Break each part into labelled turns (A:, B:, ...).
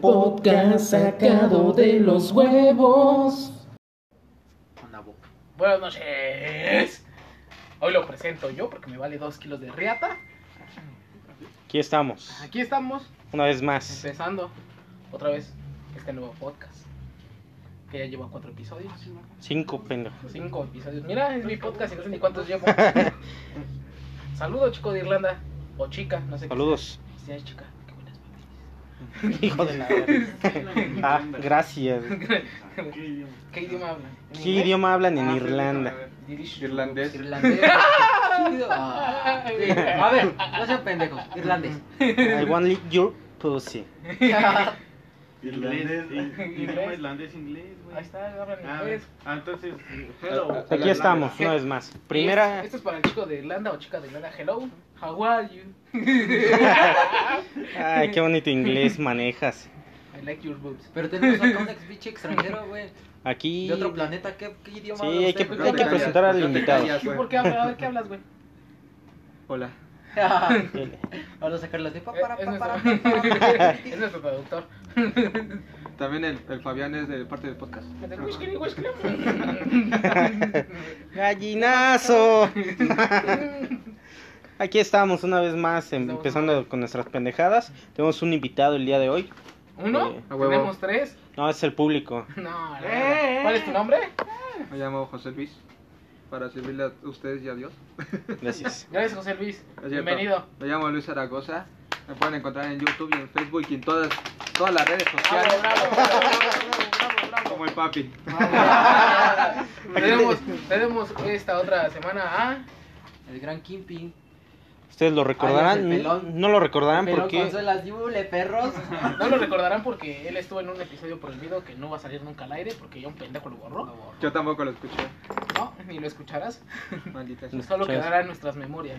A: podcast sacado de los huevos.
B: Una boca. Buenas noches. Hoy lo presento yo porque me vale dos kilos de riata.
C: Aquí estamos,
B: Aquí estamos
C: una vez más.
B: empezando otra vez este nuevo podcast que ya lleva cuatro episodios,
C: Cinco, pendejo.
B: cinco episodios. Mira, es mi podcast y no sé ni cuántos llevo. Saludos, chico de Irlanda o chica, no sé qué
C: Saludos.
B: sea. Sí, es chica. Qué buenas madres.
C: Hijo de la Ah, gracias.
B: ¿Qué idioma hablan? ¿En
C: ¿Qué
B: inglés?
C: idioma hablan
D: Ah,
C: en Irlanda?
B: Irish.
E: Irlandés.
D: Irlandés.
B: Ah,
D: Ah, sí.
B: A ver,
D: No sean pendejos, irlandés.
C: I want lick your pussy.
E: Irlandés.
B: Inglés.
E: Idioma irlandés, inglés,
B: ahí
E: güey.
B: está, hablan
E: Ah,
B: inglés.
E: ah, entonces,
F: Ah,
E: hello.
C: Aquí estamos, una vez más.
B: Esto,
C: Primera,
B: esto es para el chico de Irlanda o chica de Irlanda. Hello, how are you?
C: ay, qué bonito inglés manejas.
B: I like your
E: Ah,
B: boobs.
D: Pero tenemos acá un ex biche extranjero, güey.
C: Aquí,
D: De otro planeta, ¿qué, qué idioma
C: Sí,
D: habla
C: hay que-
D: usted,
C: hay que
D: güey?
C: presentar al invitado.
B: ¿Y ¿Por qué hablas? A ver, ¿qué hablas, güey?
E: Hola.
D: Ahora sacar las de pa,
B: Eh,
D: para,
B: es,
D: pa, para,
B: nuestro...
D: pa, para.
B: es nuestro traductor.
E: Ah, También el, el Fabián es de parte del podcast.
B: Whisky, whisky.
C: gallinazo. Aquí estamos una vez más, em-
B: Estamos
C: empezando con nuestras pendejadas. Tenemos un invitado el día de hoy.
B: Uno,
C: Eh,
E: a huevo. Eh,
B: tenemos tres.
C: No, es el público.
B: No, no, no. ¿Cuál es tu nombre?
E: Me llamo José Luis. Para servirle a ustedes y a Dios.
C: Gracias.
B: Gracias, José Luis.
E: Es cierto.
B: Bienvenido.
E: Me llamo Luis Zaragoza. Me pueden encontrar en YouTube y en Facebook y en todas, todas las redes
B: Bravo,
E: sociales.
B: Ah, bravo, bravo, bravo, bravo,
E: Como el papi.
B: bravo. tenemos, tenemos esta otra semana a.
D: El gran Kimpi.
C: Ustedes lo
D: Ay,
C: recordarán,
D: Ah, el
C: no,
D: pelón.
C: no lo recordarán
D: Pero
C: porque
D: consuelas, yule, perros.
B: No lo recordarán porque él estuvo en un episodio prohibido que no va a salir nunca al aire porque yo un pendejo lo borró.
E: Yo tampoco lo escuché.
B: No, ni lo escucharás.
E: Maldita
B: Solo
E: sea.
C: escucharás.
B: quedará en nuestras memorias.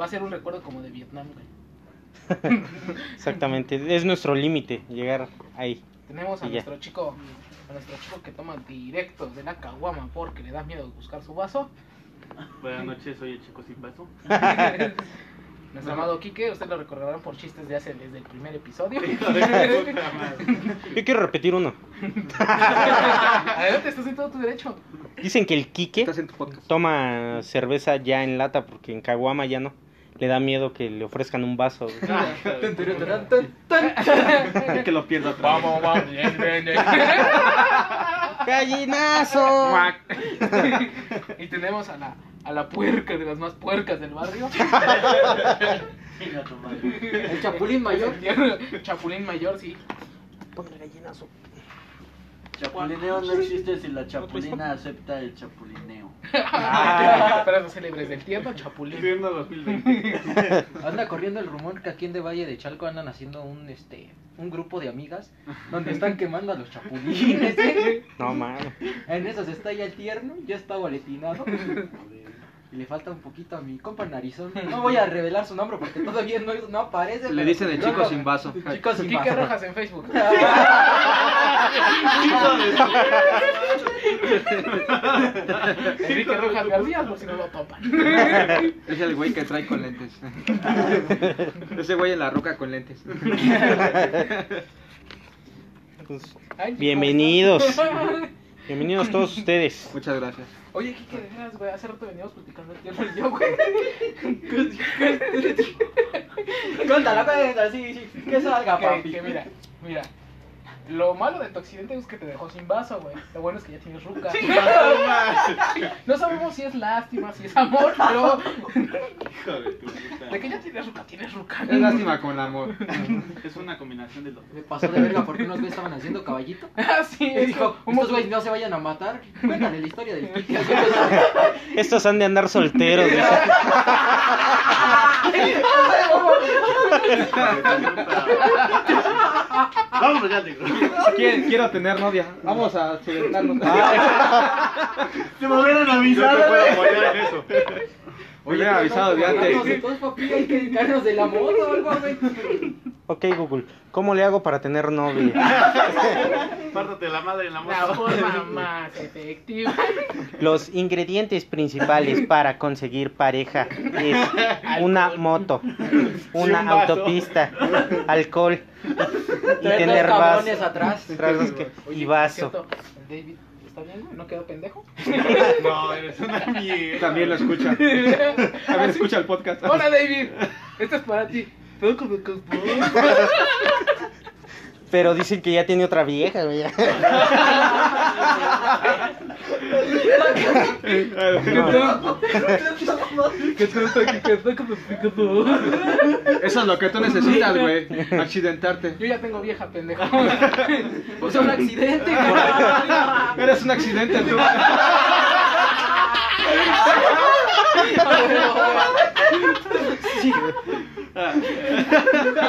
B: Va a ser un recuerdo como de Vietnam, güey.
C: exactamente es nuestro límite llegar ahí.
B: Tenemos a
C: Y ya.
B: nuestro chico, a nuestro chico que toma directo de la caguama porque le da miedo buscar su vaso.
F: ah.
G: Buenas noches, soy el chico sin vaso.
B: Nuestro amado Quique, ustedes lo recordarán por chistes de hace desde el primer episodio.
C: Yo quiero repetir uno.
B: Adelante, estás en todo tu derecho.
C: Dicen que el Quique
E: Estás en tu podcast.
C: toma cerveza ya en lata porque en Caguama ya no. Le da miedo que le ofrezcan un vaso. güey.
B: Ah,
D: Tun, turun, turun, tun, tun.
G: que lo pierda otra vez.
B: Vamos, vamos, bien, bien, bien.
C: ¡Gallinazo!
B: Y tenemos a la, a la puerca de las más puercas del barrio.
G: Venga, tu madre.
D: El chapulín mayor.
B: Chapulín mayor, sí.
G: Chapulineo no existe si la chapulina acepta el chapulineo.
B: Para los célebres del tiempo, Chapulín.
E: Viviendo 2020.
D: Anda corriendo el rumor que aquí en de Valle de Chalco andan haciendo un este un grupo de amigas donde están quemando a los chapulines. ¿eh?
C: No mames.
D: En esos está ya el tierno, ya está boletinado. Y le falta un poquito a mi compa Narizón. No voy a revelar su nombre porque todavía no, no aparece.
E: Le
D: pero-
E: dicen el chico
D: No,
E: sin vaso.
D: Chico sin
B: Quique
D: vaso.
B: Rojas en Facebook. Enrique Rojas García, por si no lo topan.
E: Es el güey que trae con lentes. Ese güey en la roca con lentes.
C: Pues,
B: Ay,
C: Bienvenidos.
B: ¿cómo estás?
C: bienvenidos todos ustedes.
E: Muchas gracias.
B: Oye, Quique, de veras, güey, hace rato veníamos platicando el tiempo y yo, güey.
D: Cuéntala, cuéntala, sí, sí. Que salga,
B: Que,
D: papi.
B: que mira, mira. Lo malo de tu accidente es que te dejó sin vaso, güey. Lo bueno es que ya tienes ruca. No sabemos si es lástima, si es amor, pero
G: Hijo de tu puta.
B: de que ya tienes ruca, tienes ruca.
E: Es lástima con amor.
G: Es una combinación de los.
D: Me pasó de verga porque unos güeyes estaban haciendo caballito.
B: Así
D: Y
B: es.
D: dijo,
B: un
D: estos güeyes no se vayan a matar. Cuéntale la historia del Quique.
C: Estos han de andar solteros. dice.
G: Vámonos ya, negro.
E: Quiero, quiero tener novia. Vamos a accidentarnos.
B: Ah.
G: Te me hubieran avisado. apoyar en eso.
E: Oye, avisado de antes.
D: Entonces, papi, hay que dedicarnos del amor o algo, güey.
C: Ok, Google, ¿cómo le hago para tener novia?
F: Pártate la madre en la
B: La
F: moto.
B: forma más efectiva
C: Los ingredientes principales para conseguir pareja es una moto, una
F: un vaso.
C: autopista, alcohol y
D: Tres
C: tener vaso,
D: cabrones atrás.
C: trazos que-
B: Oye,
C: y
B: por
C: vaso.
B: cierto, el David, ¿está bien, güey? ¿No quedó pendejo?
F: No, eres una mierda.
E: También lo escucha. También
B: Así-
E: escucha el podcast.
B: Hola, David. Esto es para ti. Poco de cosmos.
C: Pero dicen que ya tiene otra vieja, güey.
B: ¿Qué tanto aquí? ¿Qué tanto me explica todo?
E: Eso es lo que tú necesitas, güey. Accidentarte.
B: Yo ya tengo vieja, pendejo.
D: Pues un accidente,
E: Eres un accidente, tú.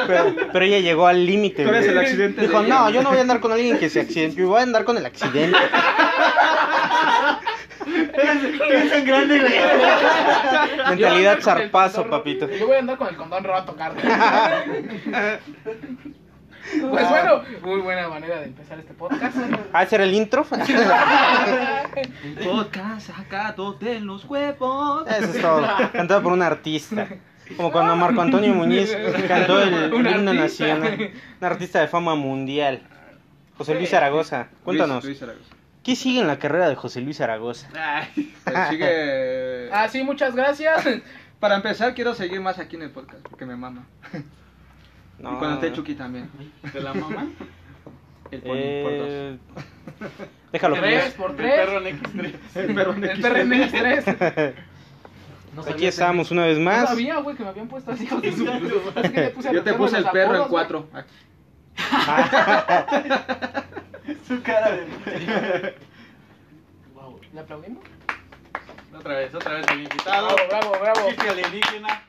C: Pero, pero ella llegó al límite.
E: Tú eres
C: güey.
E: el accidente de
C: Dijo,
E: ella,
C: no,
E: güey".
C: yo no voy a andar con alguien que se accidente, yo voy a andar con el accidente. Mentalidad zarpazo, papito.
B: Yo voy a andar con el condón roto, carnal. Pues bueno, muy buena manera de empezar este podcast. Ah,
C: ¿Ah, ese era el intro?
E: El podcast sacado de los huevos.
C: Eso es todo. Cantado por un artista. Como cuando Marco Antonio Muñiz cantó el
B: Un artista.
C: himno nacional. Un artista de fama mundial. José Luis Zaragoza, cuéntanos.
E: Luis- Luis Zaragoza.
C: ¿Qué sigue en la carrera de José Luis Zaragoza?
E: Ay, pues sigue.
B: Ah, sí, muchas gracias.
E: Para empezar, quiero seguir más aquí en el podcast porque me mama. Y cuando esté Chucky también.
F: ¿Te la mamá?
E: El pony por dos.
C: Eh, Déjalo pues.
B: Tres
C: que
B: por
F: El perro
B: tres.
F: en X3.
E: El perro en
B: El
E: X.
B: PRNX 3.
C: Aquí estamos una vez
B: No
C: más.
B: sabía, güey, que me habían puesto así. hijos de su- Es que le puse
E: Yo te
B: atención
E: puse
B: a
E: el
B: los
E: perro en
B: apodos, güey.
E: cuatro. Ah,
G: Su cara de.
B: ¿Le aplaudimos?
F: Otra vez, otra vez el
C: Ah,
F: invitado.
B: Bravo, bravo, bravo.
F: Chiste alienígena.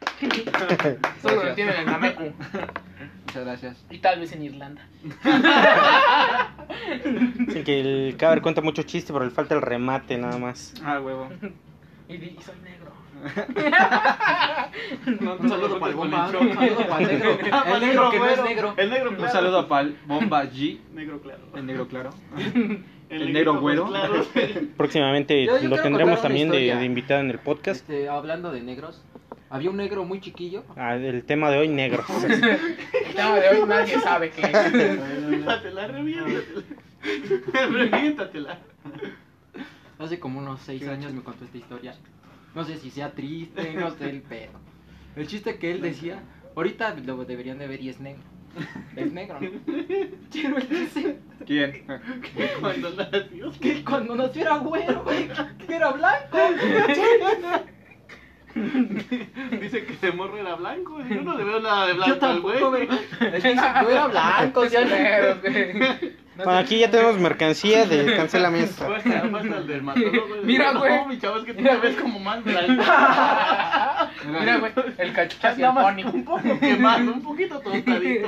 B: Solo lo tienen en Nameku.
E: Muchas gracias.
B: Y tal vez en Irlanda.
C: Dicen que el caber cuenta mucho chiste, pero le falta el remate nada más.
E: Ah, huevo.
B: Y, di- y soy negro.
F: Un saludo para el bomba.
D: Un saludo para el negro.
F: Ah,
D: El negro que no es
F: güero.
D: negro.
F: El negro claro.
E: Un saludo para el Bomba G.
F: Negro claro.
E: El negro claro.
F: negrito
E: negro
F: más
E: güero.
F: claro.
C: Próximamente
D: Yo- yo
C: lo
D: quiero
C: tendremos
D: contar una
C: también de,
D: historia.
C: de invitado en el podcast.
D: Este, hablando de negros, había un negro muy chiquillo.
C: Ah, el tema de hoy, negro.
B: El tema de hoy nadie sabe qué es.
F: Reviéntatela, reviéntatela. Reviéntatela.
D: Hace como unos 6 años me contó esta historia. No sé si sea triste, no sé el pedo. El chiste que él decía, ahorita lo deberían de ver y es negro. Es negro, ¿no? Pero él dice
E: ¿Quién?
F: Cuando nació.
D: que cuando nació era güero, güey, que era blanco.
F: Dice que de morro era blanco. Yo no le veo nada de
D: Yo
F: blanco al güey.
D: tampoco, güey. Él dice, Yo era blanco,
B: Blancos y
D: ya negro.
B: negros, güey.
C: Bueno, aquí ya tenemos mercancía de cancela mesa.
F: Pasa, pasa al dermatólogo.
B: Mira, güey.
F: No, mi chavo, es que tú te ves como más blanco.
B: Mira, güey, el cachuchas y el
F: Nada más
B: pony.
F: un poco quemado, un poquito tostadito.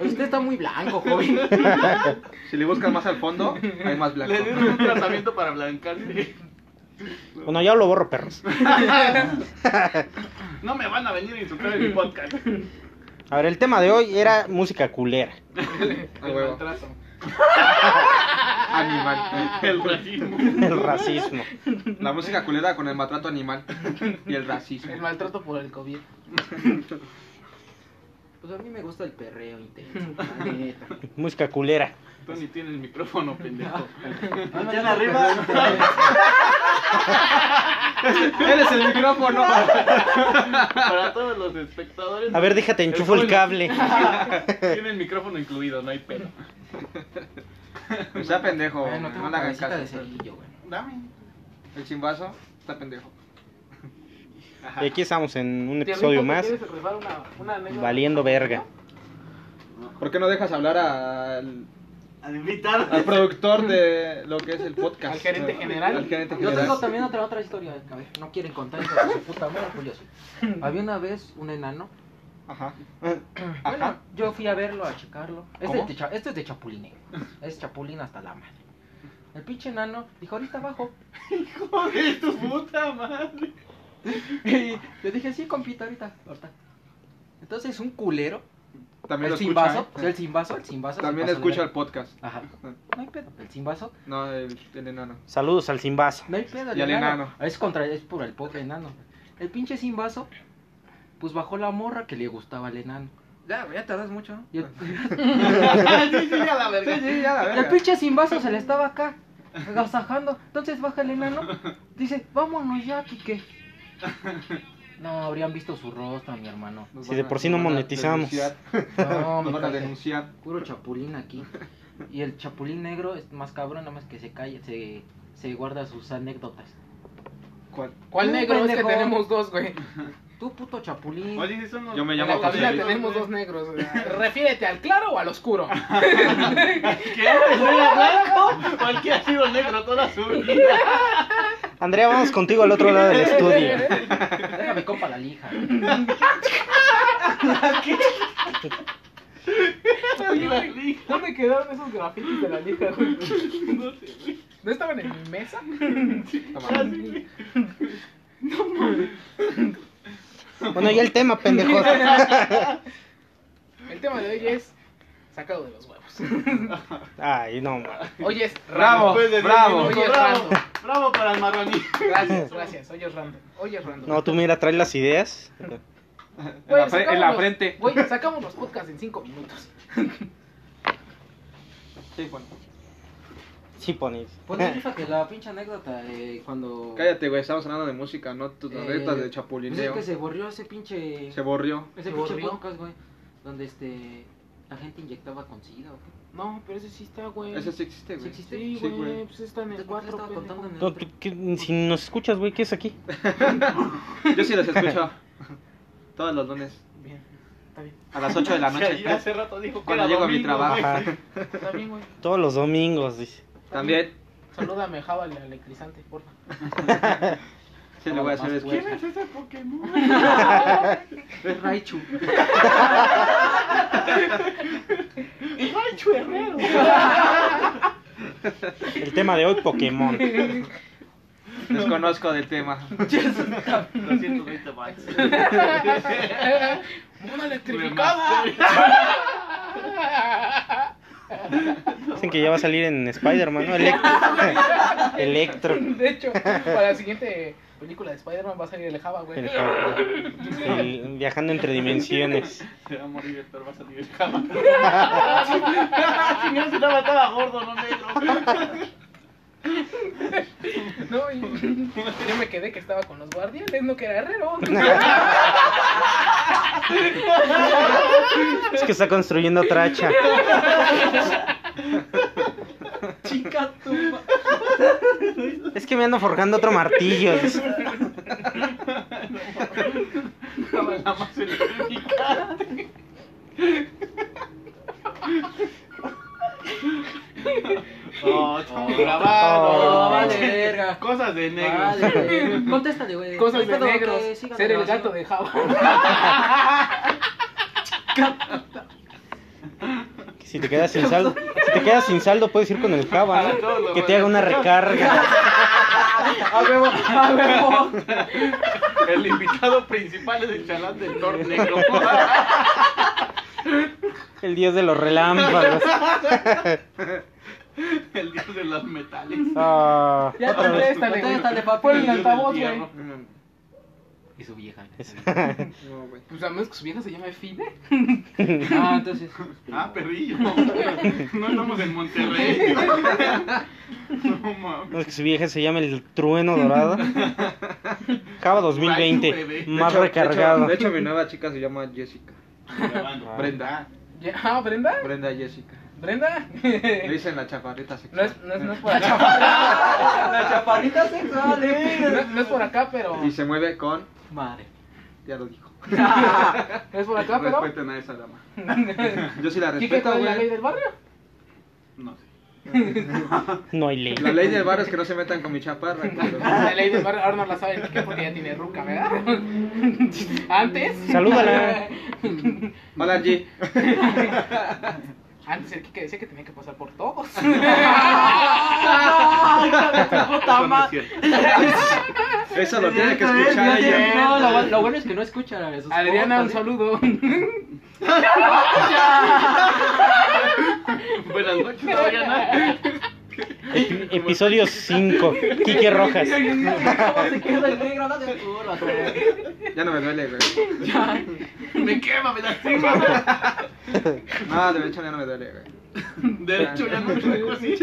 D: Usted está muy blanco, joven.
E: Si le buscas más al fondo, hay más blanco.
F: Le dieron un tratamiento para blancarse.
C: Bueno, ya lo borro, perros.
F: No me van a venir a insultar en mi podcast.
C: A ver, el tema de hoy era música culera.
E: Ah, huevo.
B: Maltrato.
E: Animal.
F: El racismo.
C: El racismo.
E: La música culera con el maltrato animal y el racismo.
B: El maltrato por el COVID.
D: Pues a mí me gusta el perreo intenso, la neta.
C: Música culera.
F: Tú ni tienes micrófono, pendejo.
G: Allá arriba.
E: Eres el micrófono.
F: Para todos los espectadores.
C: A ver, déjate, enchufo el cable.
F: Tiene el micrófono incluido, no hay pedo.
E: O sea, pendejo.
D: Ay, no
E: No
D: tengo
E: le hagas
D: cabecita de
E: caso.
D: cerillo, güey.
F: Dame.
E: El chimbazo está pendejo.
C: Y aquí estamos en un
B: Diablito,
C: episodio
B: ¿te
C: más,
B: ¿Quieres reservar una, una anécdota?
C: valiendo verga.
E: ¿Por qué no dejas hablar al,
G: Al invitado.
E: al productor de lo que es el podcast?
B: Al gerente general.
E: Al gerente
D: Yo
E: general.
D: tengo también otra, otra historia. A ver, no quieren contar hijos de su puta madre, pues yo sí. Había una vez un enano.
E: Ajá.
D: Bueno,
E: Ajá.
D: yo fui a verlo, a checarlo. Este
E: ¿Cómo?
D: es, de, cha- este es de Chapulín. eh. Es Chapulín hasta la madre. El pinche enano dijo, ahorita abajo.
F: Joder, tu puta madre.
D: Y le dije, sí, compita, ahorita, ahorita. Entonces un culero
E: También
D: El
E: lo
D: sin
E: escucha.
D: vaso,
E: ¿eh?
D: el sin vaso, el sin vaso.
E: También
D: se pasó de
E: escucha el
D: verga.
E: podcast.
D: Ajá. No hay pedo. El sin vaso.
E: No, el, el enano.
C: Saludos al Simbazo.
D: No hay pedo.
E: Y
D: El
E: al
D: enano.
E: enano.
D: Es contra, es por el pobre enano. El pinche sin vaso, pues bajó la morra que le gustaba al enano.
E: Ya, ya tardas mucho, ¿no?
D: Y el,
F: sí, sí, a la verga.
E: Sí, sí, ya la
D: y el
E: verga.
D: pinche sin vaso se le estaba acá agasajando. Entonces baja el enano. Dice, vámonos ya, Kike. No, habrían visto su rostro, mi hermano.
E: Nos
C: Si
E: van
C: de
E: a-
C: por sí no
E: nos van a
C: monetizamos.
E: denunciar.
D: No, mi
E: Nos van a
D: cuate.
E: denunciar.
D: Puro chapulín aquí. Y el chapulín negro es más cabrón, nada más que se calla, se, se guarda sus anécdotas.
E: ¿Cuál?
B: ¿Cuál
D: Un
B: negro? Es
D: pendejo.
B: que tenemos dos, güey.
D: Tú puto chapulín.
F: Oye, sí son los-
E: Yo me
B: En
E: llamo
B: la
F: Pero
E: José
B: cabina
E: Luis.
B: tenemos dos negros. o sea, Refiérete al claro o al oscuro.
F: ¿Qué? ¿El negro blanco? ¿Por qué ha sido negro toda su vida?
C: Andrea, vamos contigo al otro lado del estudio.
D: Déjame copa la lija.
B: ¿Dónde quedaron esos grafitis de la lija, güey? ¿No estaban en mi mesa?
E: Toma.
C: Bueno, ya el tema, pendejos.
B: El tema de hoy es sacado de los huevos.
C: Ay, no, ma.
B: Hoy es
E: Bravo,
F: Después de diez
E: bravo.
B: Oye,
F: minutos, bravo.
B: Rando.
F: Bravo para el marroní.
B: Gracias, gracias. Hoy es random. Hoy es random.
C: No, tú mira, traes las ideas.
E: En
B: Güey,
E: la, fre- en
B: sacamos
E: la
B: los-
E: frente.
B: Güey, sacamos los podcasts en 5 minutos.
E: Sí, Juan.
C: Pues Sí, pones.
D: Ponte rifa Pues que la pinche anécdota de cuando.
E: Cállate, güey, estamos hablando de música, no tus anécdotas de
D: Pues es
E: chapulineo.
D: que se borrió ese pinche.
E: Se borrió.
B: se
D: ese pinche
B: borrió.
D: podcast, güey. Donde este. La gente inyectaba con sida o qué.
B: No, pero ese sí está, güey.
E: Ese sí existe,
D: Sí
E: güey.
D: existe.
B: Sí,
E: Sí,
B: güey,
E: güey.
B: pues están en
D: Entonces, ¿por qué
B: 4
D: estaba contando en el
C: No,
D: otro?
C: ¿qué- qué- si nos escuchas, güey, ¿qué es aquí?
E: Yo sí las escucho. Todos los lunes.
B: Bien, está bien.
E: A las 8 de la noche.
F: Y hace rato dijo que
E: Cuando
F: era
E: llego a mi
F: domingo,
E: trabajo.
F: güey.
C: Ajá.
B: Está bien, güey.
C: Todos los domingos, dice.
E: También
B: Salúdame, Java, el electrizante, porfa.
E: se le voy a hacer
F: ¿Quién
E: después.
F: es ese Pokémon?
D: Es Raichu.
B: ¡Ay, chuerrero!
C: El tema de hoy, Pokémon.
E: Desconozco del tema.
F: 220 watts.
B: ¡Mona electrificada!
C: Dicen que ya va a salir en Spider-Man, ¿no? Electro. Electro.
B: De hecho, para la siguiente película de Spider-Man va a salir el Java, güey.
C: El Hulk. El- viajando entre dimensiones.
F: Se va a morir Héctor, va a salir el cama. Si no, se la mataba gordo, no negro.
B: No, y yo me quedé que estaba con los guardianes, no que era herrero.
C: Es que está construyendo tracha.
B: Chica, tú.
C: Es que me ando forjando otro martillo. dice.
F: Estaba la más electrificada. Oh, estamos grabando.
D: Oh, vale, verga.
F: Cosas de negro.
D: Vale, güey. Contéstale, güey.
B: Cosas de
D: No hay pedo que
B: negros.
D: siga
B: Ser el
D: grabación.
B: gato de Java.
C: Si te quedas sin saldo, si te quedas sin saldo puedes ir con el Java, ¿no? Que te haga una recarga.
B: A huevo, a huevo.
F: El invitado principal es el chalán del Thor negro.
C: El dios de los relámpagos.
F: El dios de los metales.
C: Ah,
B: Ya
C: otra vez.
B: contéstale,
D: Contéstale,
B: güey.
D: papi.
B: Pon el
F: Yo del
B: altavoz, güey.
F: hierro.
E: Mm,
D: Y su vieja.
E: No, güey.
B: Pues a menos que su vieja se llame Fide.
D: Ah, entonces.
F: Ah, perrillo. No estamos en Monterrey. No mames.
C: No, es que su vieja se llama el trueno dorado. Java 2020, más
E: De hecho-
C: recargado.
E: De hecho, de hecho, mi nueva chica se llama Jessica. Ah. Brenda.
B: Ya- Ah, Brenda.
E: Brenda Jessica.
B: Brenda.
E: Le dicen la chaparrita
B: No
E: sexual.
B: es, no es, no es por acá.
D: La chaparrita sexual,
B: No, no es por acá, pero.
E: Y se mueve con.
D: Madre.
E: Ya lo dijo.
B: No es por acá, pero.
E: Respeten a esa dama. Yo sí la
B: ¿Y qué
E: respeto,
B: tal la ley
E: güey.
B: del barrio?
F: No sé.
C: No hay ley.
E: La ley del bar es que no se metan con mi chaparra. cabrón.
B: La ley del barrio ahora no la sabe el Quique porque ya tiene ruca, ¿verdad? Antes.
C: Salúdala.
E: Hola, G.
B: Antes el Kike decía que tenía que pasar por todos.
F: Eso no es cierto.
E: Eso lo tiene que escuchar ella.
D: No, lo, bu- lo bueno es que no escuchan a esos
B: Adriana, un
D: podcast,
B: saludo.
F: Buenas noches, Adriana.
C: Epi- episodio 5. Quique Rojas.
D: ¿Cómo se queda el negro? No te burlas, güey.
E: Ya no me duele, güey.
F: Me quema, me lastima.
E: No, derecho ya no me duele, güey.
F: De hecho, ya no me recuerdo así.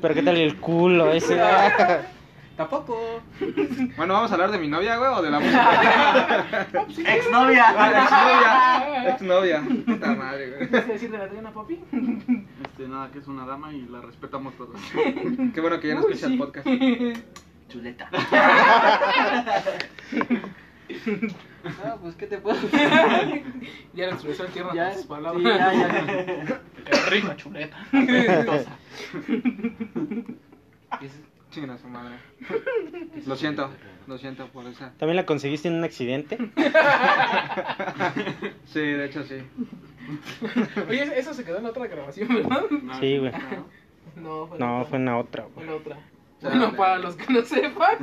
C: Pero qué tal el culo ese.
D: Tampoco.
E: Bueno, ¿vamos a hablar de mi novia, güey, o de la música?
G: Exnovia.
E: Exnovia. Exnovia. Puta madre, güey.
B: ¿Quieres decir de la Adriana, papi?
F: Este, nada, que es una dama y la respetamos todos.
E: Qué bueno que ya no
B: Uy,
E: escucha
B: sí.
E: el podcast.
G: Chuleta.
D: No, pues, ¿qué te puedo
B: Ya la expresión tierra
D: Ya,
B: de sus palabras.
D: sí, ya, ya.
B: Qué rica chuleta.
D: Es-
E: Chinga a su madre. Lo siento, lo siento por esa.
C: ¿También la conseguiste en un accidente?
E: Sí, de hecho sí.
B: Oye, eso se quedó en la otra grabación, ¿verdad?
C: Sí, güey.
B: No, fue en
C: No,
B: otra.
C: fue una otra,
B: Fue
C: güey.
B: en otra.
E: Ya,
B: Bueno,
E: ya.
B: para los que no sepan,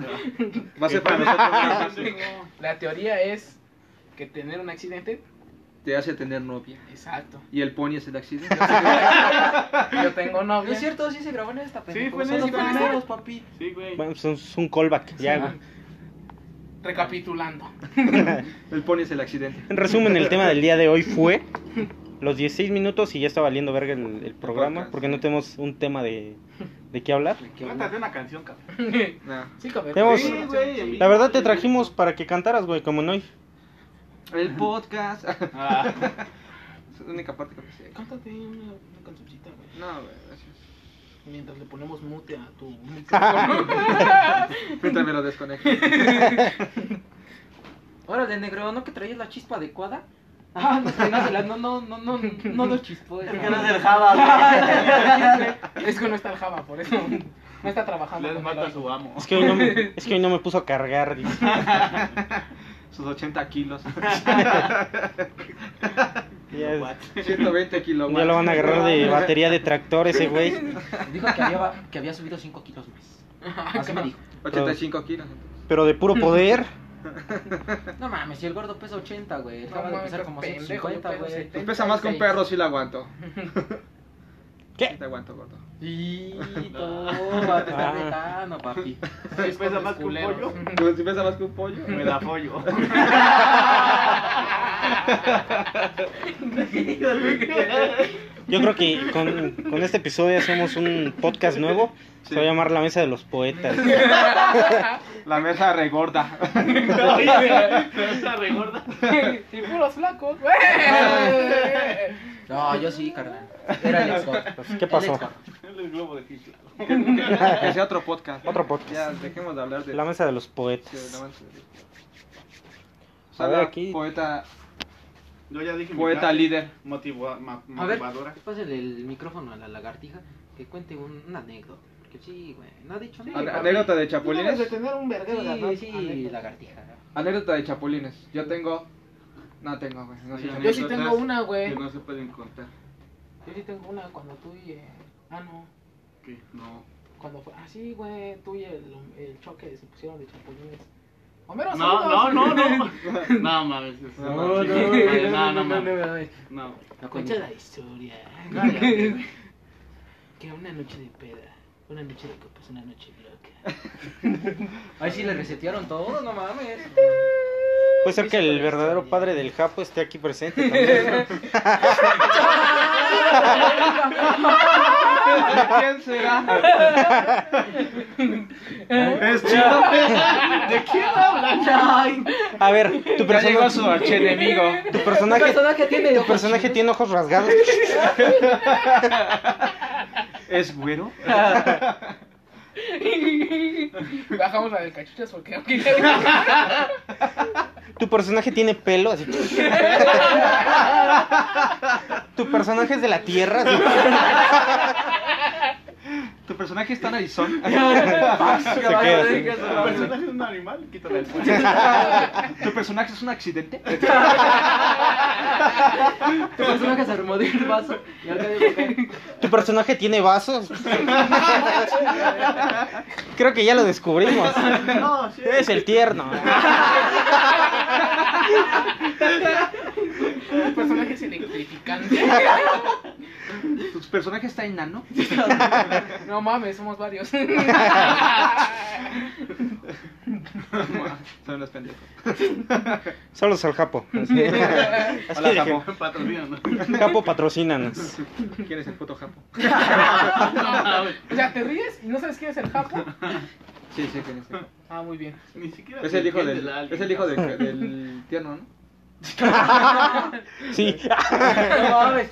E: Va a ser para nosotros. un abrazo.
B: la teoría es que tener un accidente,
E: Te hace tener novia.
B: exacto.
E: Y el pony es el accidente.
B: Yo tengo novia.
D: No es cierto, sí se grabó en esta película.
F: fue en
D: Son los
F: esta.
D: primeros, papi.
F: Sí, güey.
C: Bueno, pues es un callback, ya, güey.
B: Recapitulando.
E: El pony es el accidente.
C: En resumen, el tema del día de hoy fue los 16 minutos y ya está valiendo verga el, el programa
E: Podcast.
C: porque no tenemos un tema de, de qué hablar.
F: Cántate una canción, cabrón.
E: No.
B: Sí, cabrón.
C: Tenemos-
B: Sí, güey.
C: La verdad te trajimos para que cantaras, güey, como en hoy.
E: El podcast. es
F: Ah,
E: la única parte que me sé.
B: Cántate una, una cancioncita, güey.
E: No, güey, gracias.
B: Mientras le ponemos mute a tu micrófono.
E: Mientras me lo desconecto.
D: Órale, negro, ¿no que traías la chispa adecuada? Ah, no, que no, se la- no, no, no, no, no lo chispó. eh. esa.
G: Que no es el Java, güey.
B: es que no está el Java, por eso. No está trabajando.
F: les
B: con
F: mata a
B: el
F: su amo.
C: Es que hoy no me, es que hoy no me puso a cargar, dice.
E: Sus 80 kilos.
C: Ya, es-
E: 120 kilos.
C: ya lo van a agarrar de batería de tractor ese güey.
D: Dijo que había, que había subido 5 kilos más. Así me dijo.
E: 85 kilos. entonces.
C: Pero de puro poder.
D: No mames, si el gordo pesa 80, güey. Acaba de
B: mames,
D: pesar
B: estás
D: como
B: pendejo,
D: 150,
B: yo peso
D: güey.
E: Pues pesa más que un perro, sí lo aguanto. Sí
C: ¿Qué?
E: te aguanto, gordo.
D: Y todo, te está
C: Ah.
D: retando, papi.
F: Sí, pesa más que un
B: culero.
F: pollo.
E: Pues, Si pesa más que un pollo.
F: Me la follo.
C: Yo creo que con, con este episodio hacemos un podcast nuevo. Se va a llamar La Mesa de los Poetas.
E: La mesa regorda.
F: Esa regorda.
B: Java. Y puros flacos.
D: No, yo sí, carnal. Era el ex gordo.
C: ¿Qué pasó?
D: El ex gordo.
F: El globo de Hitler.
E: Que sea otro podcast.
C: Otro podcast.
E: Ya, dejemos de hablar de.
C: La Mesa de los
E: Sí,
C: Poetas.
E: la mesa de-
C: A ver,
E: Habla
C: aquí.
E: Poeta,
F: Yo ya dije mi
E: poeta
F: frase
E: líder.
F: motiva- ma-
D: A ver,
F: motivadora.
D: pásale el micrófono a la lagartija que cuente un, una anécdota. Porque sí, güey, no ha dicho
E: Ane-
D: nada.
E: Anécdota de
B: Tú debes de
E: chapulines.
B: tener un verguero de
D: Sí,
B: ganas.
D: sí, lagartija.
E: Anécdota de chapulines. Yo tengo. No tengo, güey. No sé.
F: Oye,
B: Yo sí
F: anécdotas
B: tengo una, eh. güey.
F: Que no se pueden contar.
B: Yo sí tengo una cuando tú y. eh, Ah, no.
F: Que no.
B: Cuando fue. Ah, sí, güey. Tú y el, el choque se pusieron de chapulines. Homero, saludos.
F: No, no, no, no. No mames. es-
E: No, no,
F: no, no, no, mames. No.
D: No,
B: Cuenta
D: coño.
B: la historia.
F: Cállate, güey.
B: que una noche de peda, una noche de copas, una noche loca.
D: Ay, sí, le resetearon todo, no mames.
C: Puede ser que el verdadero padre del Japo esté aquí presente también.
E: ¿Quién será? Es chido.
F: ¿De quién hablan?
D: Ay,
C: A ver, tu
E: Ya llegó
C: personaje,
E: su archienemigo.
C: tu
D: tu
C: personaje,
D: personaje tiene
C: tu personaje tiene ojos rasgados.
E: ¿Es güero?
B: Bajamos la del cachuchas porque aunque ya
C: Tu personaje tiene pelo así. Tu personaje es de la tierra. así.
E: Tu personaje está en Arizona.
D: Se
C: queda así.
F: El personaje es un animal. Quítale el
E: ¿Tu personaje es un accidente?
D: Tu personaje se removió el vaso y ahora digo que
C: ¿Tu personaje tiene vasos? Creo que ya lo descubrimos.
F: No, sí.
C: Es el tierno.
B: El personaje es electrificante.
E: ¿Tu personaje está enano?
B: No mames, somos varios.
E: Son los pendejos.
C: Solos al Japo. Así
E: Hola,
C: de que,
E: Japo.
F: Patrocínanos.
C: Japo, patrocínanos.
E: ¿Quién es el puto Japo?
B: O sea, te ríes y no sabes quién es el japo.
E: Sí, sí, quién es el Japo.
B: Ah, muy bien.
F: Ni siquiera
E: Es el hijo
F: entiende
E: del,
F: la alguien.
E: es el hijo del, del tierno, ¿no?
C: Sí.
D: No mames.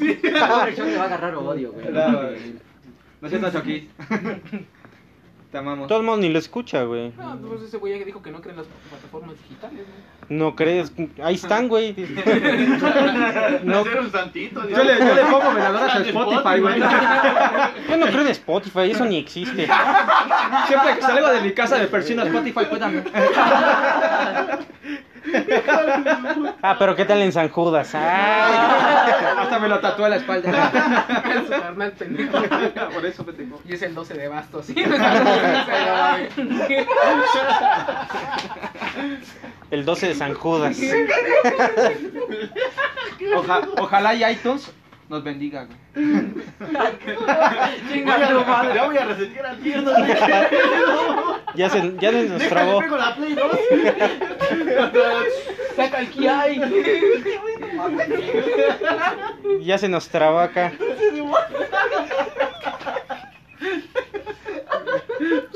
D: Esta versión te va a agarrar odio, güey.
E: No siento Chucky. Te amamos.
C: Todo el mundo ni lo escucha, güey.
B: No, pues ese güey ya dijo que no creen las plataformas digitales. ¿no?
C: No crees. Ahí están, güey. No,
F: Hacer un santito.
E: Yo le, yo le pongo veladoras a Spotify, güey.
C: yo no creo en Spotify, eso ni existe.
E: Siempre que salgo de mi casa de persino a Spotify, pues dame.
C: Ah, pero ¿qué tal en San Judas? Ah, Ay.
E: Hasta me lo tatué en la espalda.
B: Su carnal pendejo.
E: Por eso me tengo.
B: Y es el 12 de bastos. ¿sí?
C: El 12 de San Judas.
E: Oja- ojalá y iTunes nos bendiga, güey.
D: Chinga tu madre.
F: Ya voy a resentir al tierno.
C: Ya se, ya se nos
F: Déjale,
C: trabó.
F: pego la Play 2.
B: Saca el Kiai.
C: Ya se nos traba acá.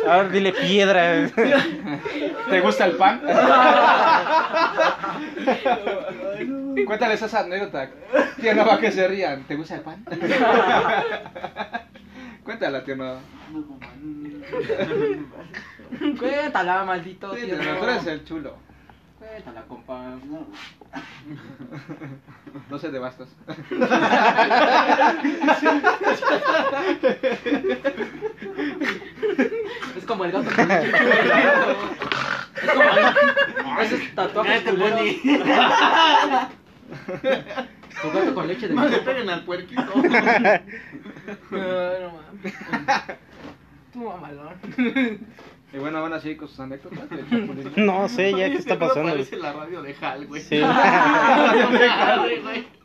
C: A ver, dile piedra.
E: ¿Te gusta el pan? Cuéntales esa anécdota. Tierno va que se rían. ¿Te gusta el pan? Cuéntala, tierno.
D: Cuéntala, maldito.
E: Sí,
D: tío.
E: tierno, tú eres el chulo.
D: Cuéntala, compa.
E: No se te bastas.
D: Es como el gato. con leche. Es como el... Esos tatuajes
F: Cállate,
D: culeros.
F: Bonnie.
D: Tu gato con leche de
F: No le
D: gato.
F: peguen al puerquito.
B: No, no mames. Tú mamalón.
E: Y bueno, van a seguir con sus anécdotas. del Chapulín.
C: No sé, ya qué está
F: Seguro
C: pasando.
F: Parece la radio de Hal, güey.
C: Sí.
F: La radio de Hal, güey.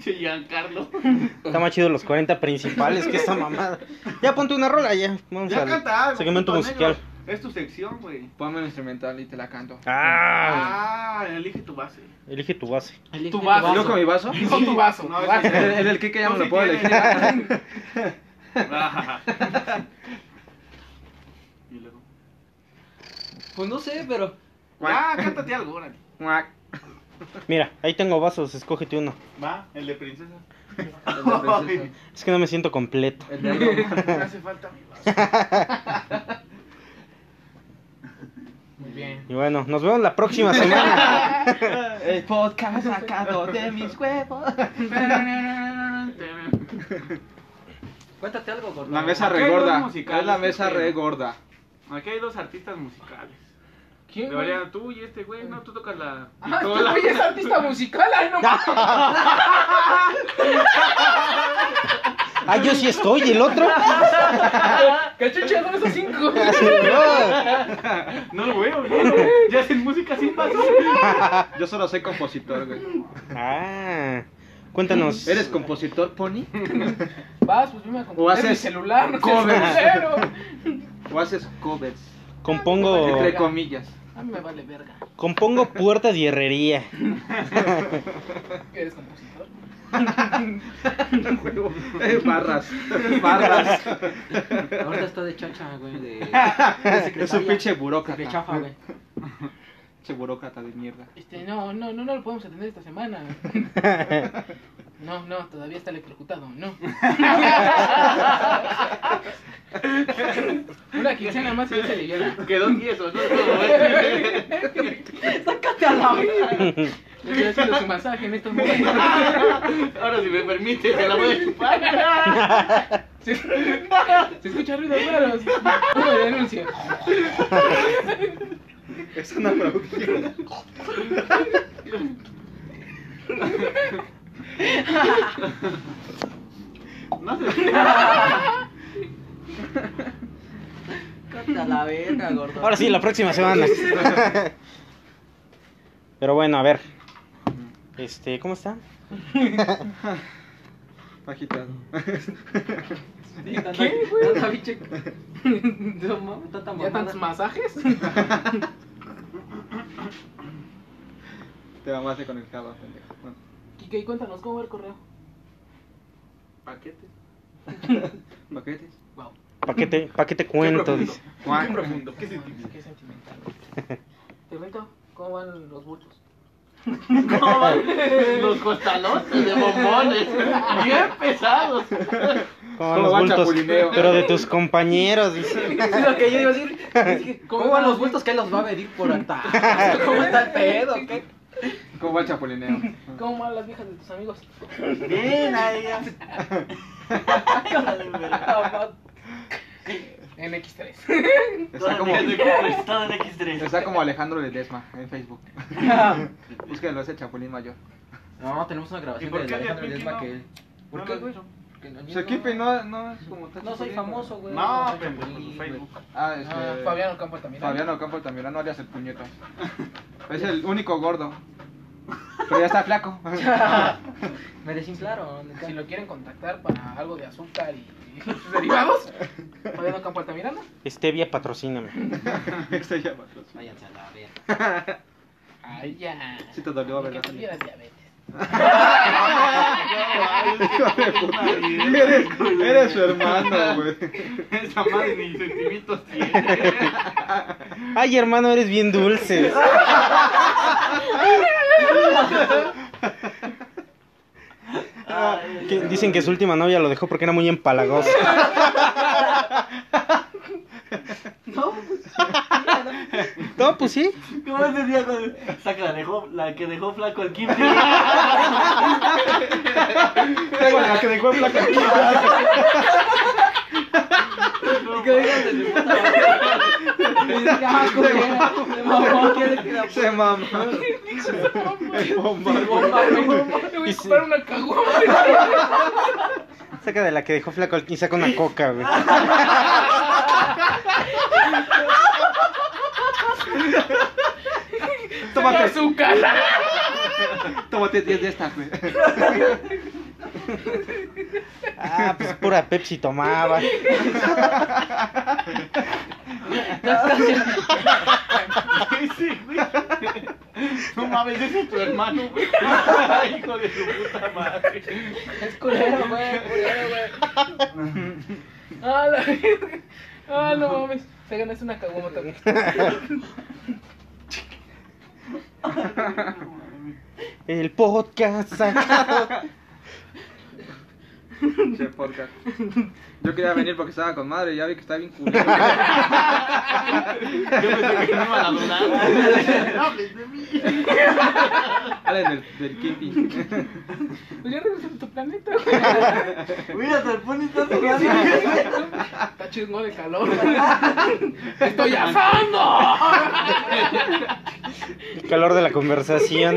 F: Che, Giancarlo.
C: Está más chido los 40 principales que esta mamada. Ya ponte una rola ya. Vamos
F: Ya
C: al
F: canta algo.
C: segmento
F: puto negro.
C: musical.
F: Es tu sección, güey.
E: Ponme un instrumental y te la canto.
C: Ah,
F: Ah, elige tu base.
C: elige tu base.
D: Elige
B: Tu
D: tu
B: vaso.
D: vaso.
E: ¿Yo con mi Ah, vaso?
B: Con tu vaso.
F: No,
B: tu
F: es-
B: vaso.
E: En el, el que ya
F: Tú
E: me
F: sí
E: lo puedo
F: tienes.
E: elegir.
F: Ah. Y luego.
D: Pues no sé, pero.
F: Ah, cántate algo, órale.
E: Muac.
C: Mira, ahí tengo vasos, escógete uno.
F: Va, el de princesa.
E: El de princesa.
C: Es que no me siento completo.
E: El de Roma.
F: Me hace falta mi vaso.
B: Muy bien.
C: Y bueno, nos vemos la próxima semana.
E: El podcast sacado de mis huevos.
D: Cuéntate algo, gordo.
E: La mesa
F: Acá hay dos
E: regorda.
F: musicales,
E: Es la mesa
F: este.
E: regorda.
F: Aquí hay dos artistas musicales.
B: ¿Quién? güey?
F: Debería tú y este güey, no, tú tocas la
B: Ah, este
F: pistola.
B: güey es artista musical. Ay, no mames.
C: Ah, yo sí estoy, ¿y el otro?
B: Cachucha, dame esos cinco.
F: No lo veo, no, ya hacen música sin vaso.
E: Yo solo soy compositor, güey.
C: Ah, cuéntanos.
E: ¿Eres compositor, Pony?
B: Vas, pues yo a
E: O
B: componer
E: haces
B: mi celular. No seas
E: covers.
B: grosero.
E: ¿O haces covers?
C: Compongo,
E: Entre comillas.
B: A mí me vale verga.
C: compongo puertas y herrería.
B: ¿Eres compositor?
E: Eh, barras. Barras.
D: Ahorita está de chacha, güey. De, de
E: Es un pinche burócrata.
D: De chafa, güey.
E: Pinche burócrata de mierda.
B: Este, no, no, no, no lo podemos atender esta semana. No, no, todavía está electrocutado, no. Una quincena más y ya se liviana.
F: Quedó tieso, no lo puedo ver.
D: Sácate a la verga.
B: Le estoy haciendo su masaje en estos momentos.
F: Ahora, si me permite, te la voy a chupar.
B: Se, se escucha ruidos raros. Uno de denuncia.
E: Es una producción.
F: No sé.
G: Corta la verga, gordo.
C: Ahora sí, la próxima semana. Pero bueno, a ver. Este, ¿cómo está?
E: Agitado.
D: Sí, tanta- Tanta biche. No mames, tanta
B: ¿Ya tantos
D: mamada.
B: masajes?
E: Te mamaste con el java, pendejo. Bueno,
B: Kike, cuéntanos cómo va el correo.
F: Paquete.
E: Paquetes.
D: Wow.
C: ¿Para qué te, pa' qué te
E: Qué
C: cuento?
E: profundo.
C: Dice.
E: Juan.
F: Qué profundo, qué sentimiento.
B: Qué sentimental. Pimento, ¿cómo van los bultos?
F: ¿Cómo van los costalotes de bombones? Bien pesados.
C: ¿Cómo
E: ¿Cómo
C: van los
E: va el
C: bultos?
E: chapulineo?
C: Pero de tus compañeros, dice.
D: Es lo que yo iba a decir. Es que, ¿Cómo van los bultos que los va a medir por acá? ¿Cómo está el pedo? ¿Qué?
E: ¿Cómo va el chapulineo?
B: ¿Cómo van las viejas de tus amigos?
G: Bien, ahí ya.
B: En X3.
E: Está como,
G: en X3, todo en X3.
E: está como Alejandro Ledesma en Facebook. Búsquenlo, es el chapulín mayor.
D: No, tenemos una
F: ¿Y
D: grabación
F: por
D: de
F: qué de
D: Alejandro
F: Piqui
D: Ledesma
F: no?
D: que él. ¿Por
F: No
D: qué,
F: lo
D: güey?
F: hizo.
D: Que no-
E: Su equipo no, no es como
D: No
E: tal
D: pues, soy
E: chapulín,
D: famoso, güey.
F: No,
D: soy
F: pero
D: chapulín,
F: por su
D: güey.
F: pues, Facebook.
E: Ah, este,
B: Ah, Fabiano Campo también.
E: Fabiano Campo Altamirano alias el puñeto. Es el único gordo. Pero ya está flaco.
D: Me desinflaron.
B: Si lo quieren contactar para algo de azúcar y sus derivados, Fabiano Campo Altamirano.
C: Stevia, Este, patrocíname.
E: Este ya va.
D: Váyanse a la verga.
B: Ay, ya.
E: Sí te dolió,
B: Ni
E: ¿verdad?
B: Que tuvieras diabetes.
F: Ah,
E: Eres, eres su hermano, güey.
F: Esa madre ni sentimientos tiene.
C: Ay, hermano, eres bien dulce.
G: Ay,
C: Que- dicen que su última novia lo dejó porque era muy empalagoso.
G: No, pues,
C: No, pues sí.
G: ¿cómo es ese día con... Saca la, dejó, la que dejó flaco al Kim.
E: Tengo la que dejó flaca.
D: Ah, coño, me mamó, ¿qué le queda?
E: Se mama. El bomba.
B: Le voy a comprar una caguama.
C: Saca de la que dejó flaco al- y saca una coca, güey.
B: de
E: Tómate,
B: azúcar.
E: tómate 10 de estas, güey.
C: Ah, pues pura Pepsi tomaba.
F: Ese, güey. No mames, ese es tu hermano, güey. Hijo de su puta madre.
B: Es culero, güey, culero, güey. Ah, la verga. Ah, no mames. Se ganaste una caguama también.
C: El podcast sacado.
E: Che, podcast. Yo quería venir porque estaba con madre y ya vi que está bien culero.
F: Yo pensé que no iban a donar. No hables de mí.
E: Hablen del, del Kimpi.
B: Pues ya regresaste a tu planeta, güey.
G: Mira, se pone está jugando.
B: Está chingón de calor. güey. Estoy asando.
C: El calor de la conversación.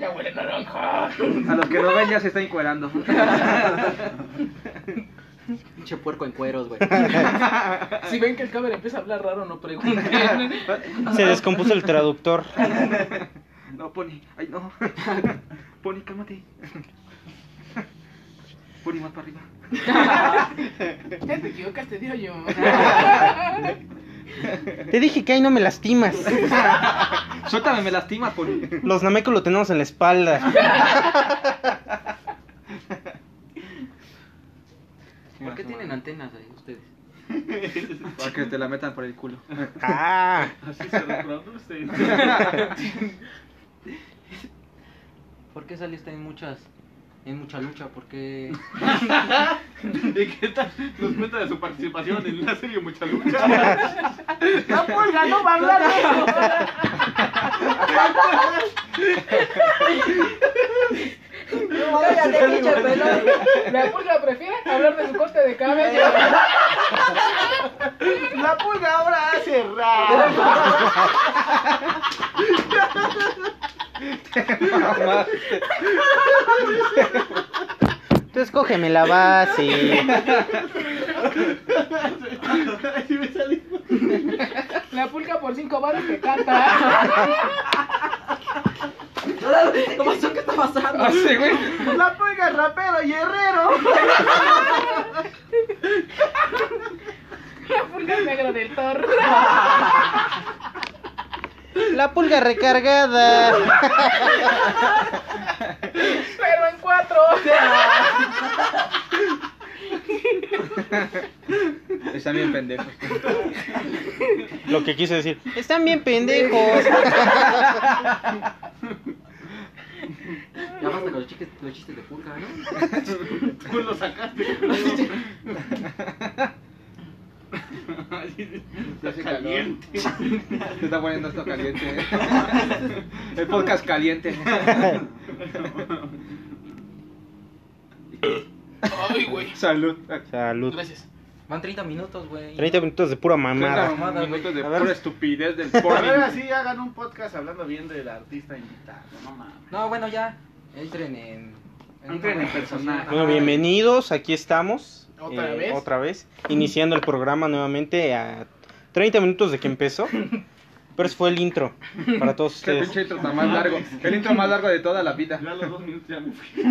B: Ya huele naranja.
E: A los que no ven ya se está encuerando.
D: Pinche puerco en cueros, güey.
B: Si ven que el cámara empieza a hablar raro, no pregunten.
C: Se descompuso el traductor.
E: No, Pony. Ay, no. Pony, cálmate. Pony, más para arriba.
B: Ya te equivocaste, digo yo.
C: Te dije que ahí no me lastimas.
E: Suéltame, me lastimas, Pony.
C: Los namecos lo tenemos en la espalda.
D: ¿Por qué tienen antenas ahí ustedes?
E: Para que te la metan por el culo.
C: Ah,
F: Así se reproduce.
D: ¿Por qué sale usted en muchas... En mucha lucha? ¿Por qué...?
F: ¿Y qué tal? Nos cuenta de su participación en la serie Mucha Lucha.
B: La pulga no va a hablar de eso.
H: Cállate, pinche pelón.
B: La pulga prefiere hablar de su corte de cabello.
F: La pulga ahora hace rap.
C: Tú escógeme la base.
F: Así me salí.
B: La pulga por cinco varas que canta.
D: ¿Qué pasó? ¿Qué está pasando?
E: Así, güey.
F: La pulga rapero y herrero.
B: La pulga negra del toro.
C: La pulga recargada.
B: Pero en cuatro.
E: Están bien pendejos.
C: Lo que quise decir. Están bien pendejos.
D: Ya basta con los, chiques, los chistes de pulga, ¿no?
F: Tú lo sacaste.
E: Ya hace
F: Está
E: calor.
F: caliente.
E: Se está poniendo esto caliente. El podcast caliente.
B: Ay, güey.
E: Salud.
C: Salud.
B: Gracias.
D: Van 30 minutos, güey.
C: 30 minutos de pura
E: 30
C: mamada.
D: mamada,
E: minutos de
C: A ver.
E: pura estupidez del
F: Ahora
E: porno.
F: sí hagan un podcast hablando bien del artista invitado. No mames.
D: No, bueno, ya. Entren en.
E: Entren en personaje.
C: Bueno, bienvenidos, aquí estamos. eh,
B: ¿Otra vez?
C: Otra vez. Iniciando el programa nuevamente a 30 minutos de que empezó. Pero ese fue el intro para todos
E: Qué
C: ustedes.
E: pinche intro tan más largo. El intro más largo de toda la vida.
F: Ya los dos minutos ya me fui.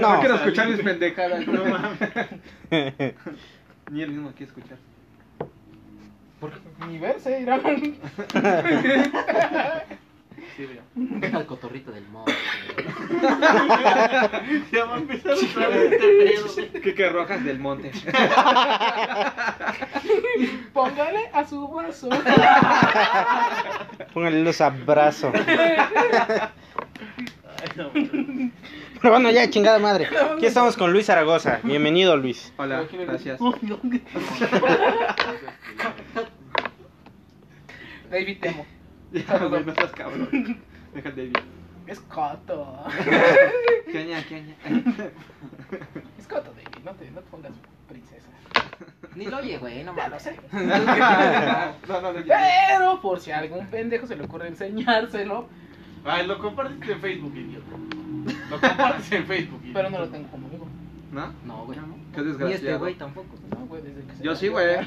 E: No,
C: No.
E: quiero escuchar mis pendejadas. No mames. Ni él mismo quiere escuchar.
B: Mi verse, irá.
F: Sí, mira.
D: Venga el cotorrito del modo.
F: Ya va a empezar otra vez este pedo.
E: Que que Rojas del Monte.
B: Póngale a su vaso.
C: Pónganle los abrazos.
F: Ay, no, mames.
C: Pero bueno, ya, chingada madre. Aquí estamos con Luis Zaragoza. Bienvenido, Luis.
E: Hola, gracias.
B: David Temo.
E: Ya, güey, no seas cabrón. Déjate ir.
B: Es coto.
E: ¿Qué aña, qué aña?
B: Es coto, David. No te, no te pongas princesa.
D: Ni lo oye, güey, no
B: Ya lo
D: mames.
B: sé.
E: No, no, no. ya.
B: Pero por si a algún pendejo se le ocurre enseñárselo,
F: Ay, lo compartes en Facebook, idiota. Lo compartes en Facebook. idiota.
B: pero no lo tengo conmigo.
E: ¿No?
D: No, güey.
E: Qué
D: Ni este
E: desgraciado.
D: güey tampoco.
B: No, güey, desde que se
E: Yo sí,
B: murió.
E: güey.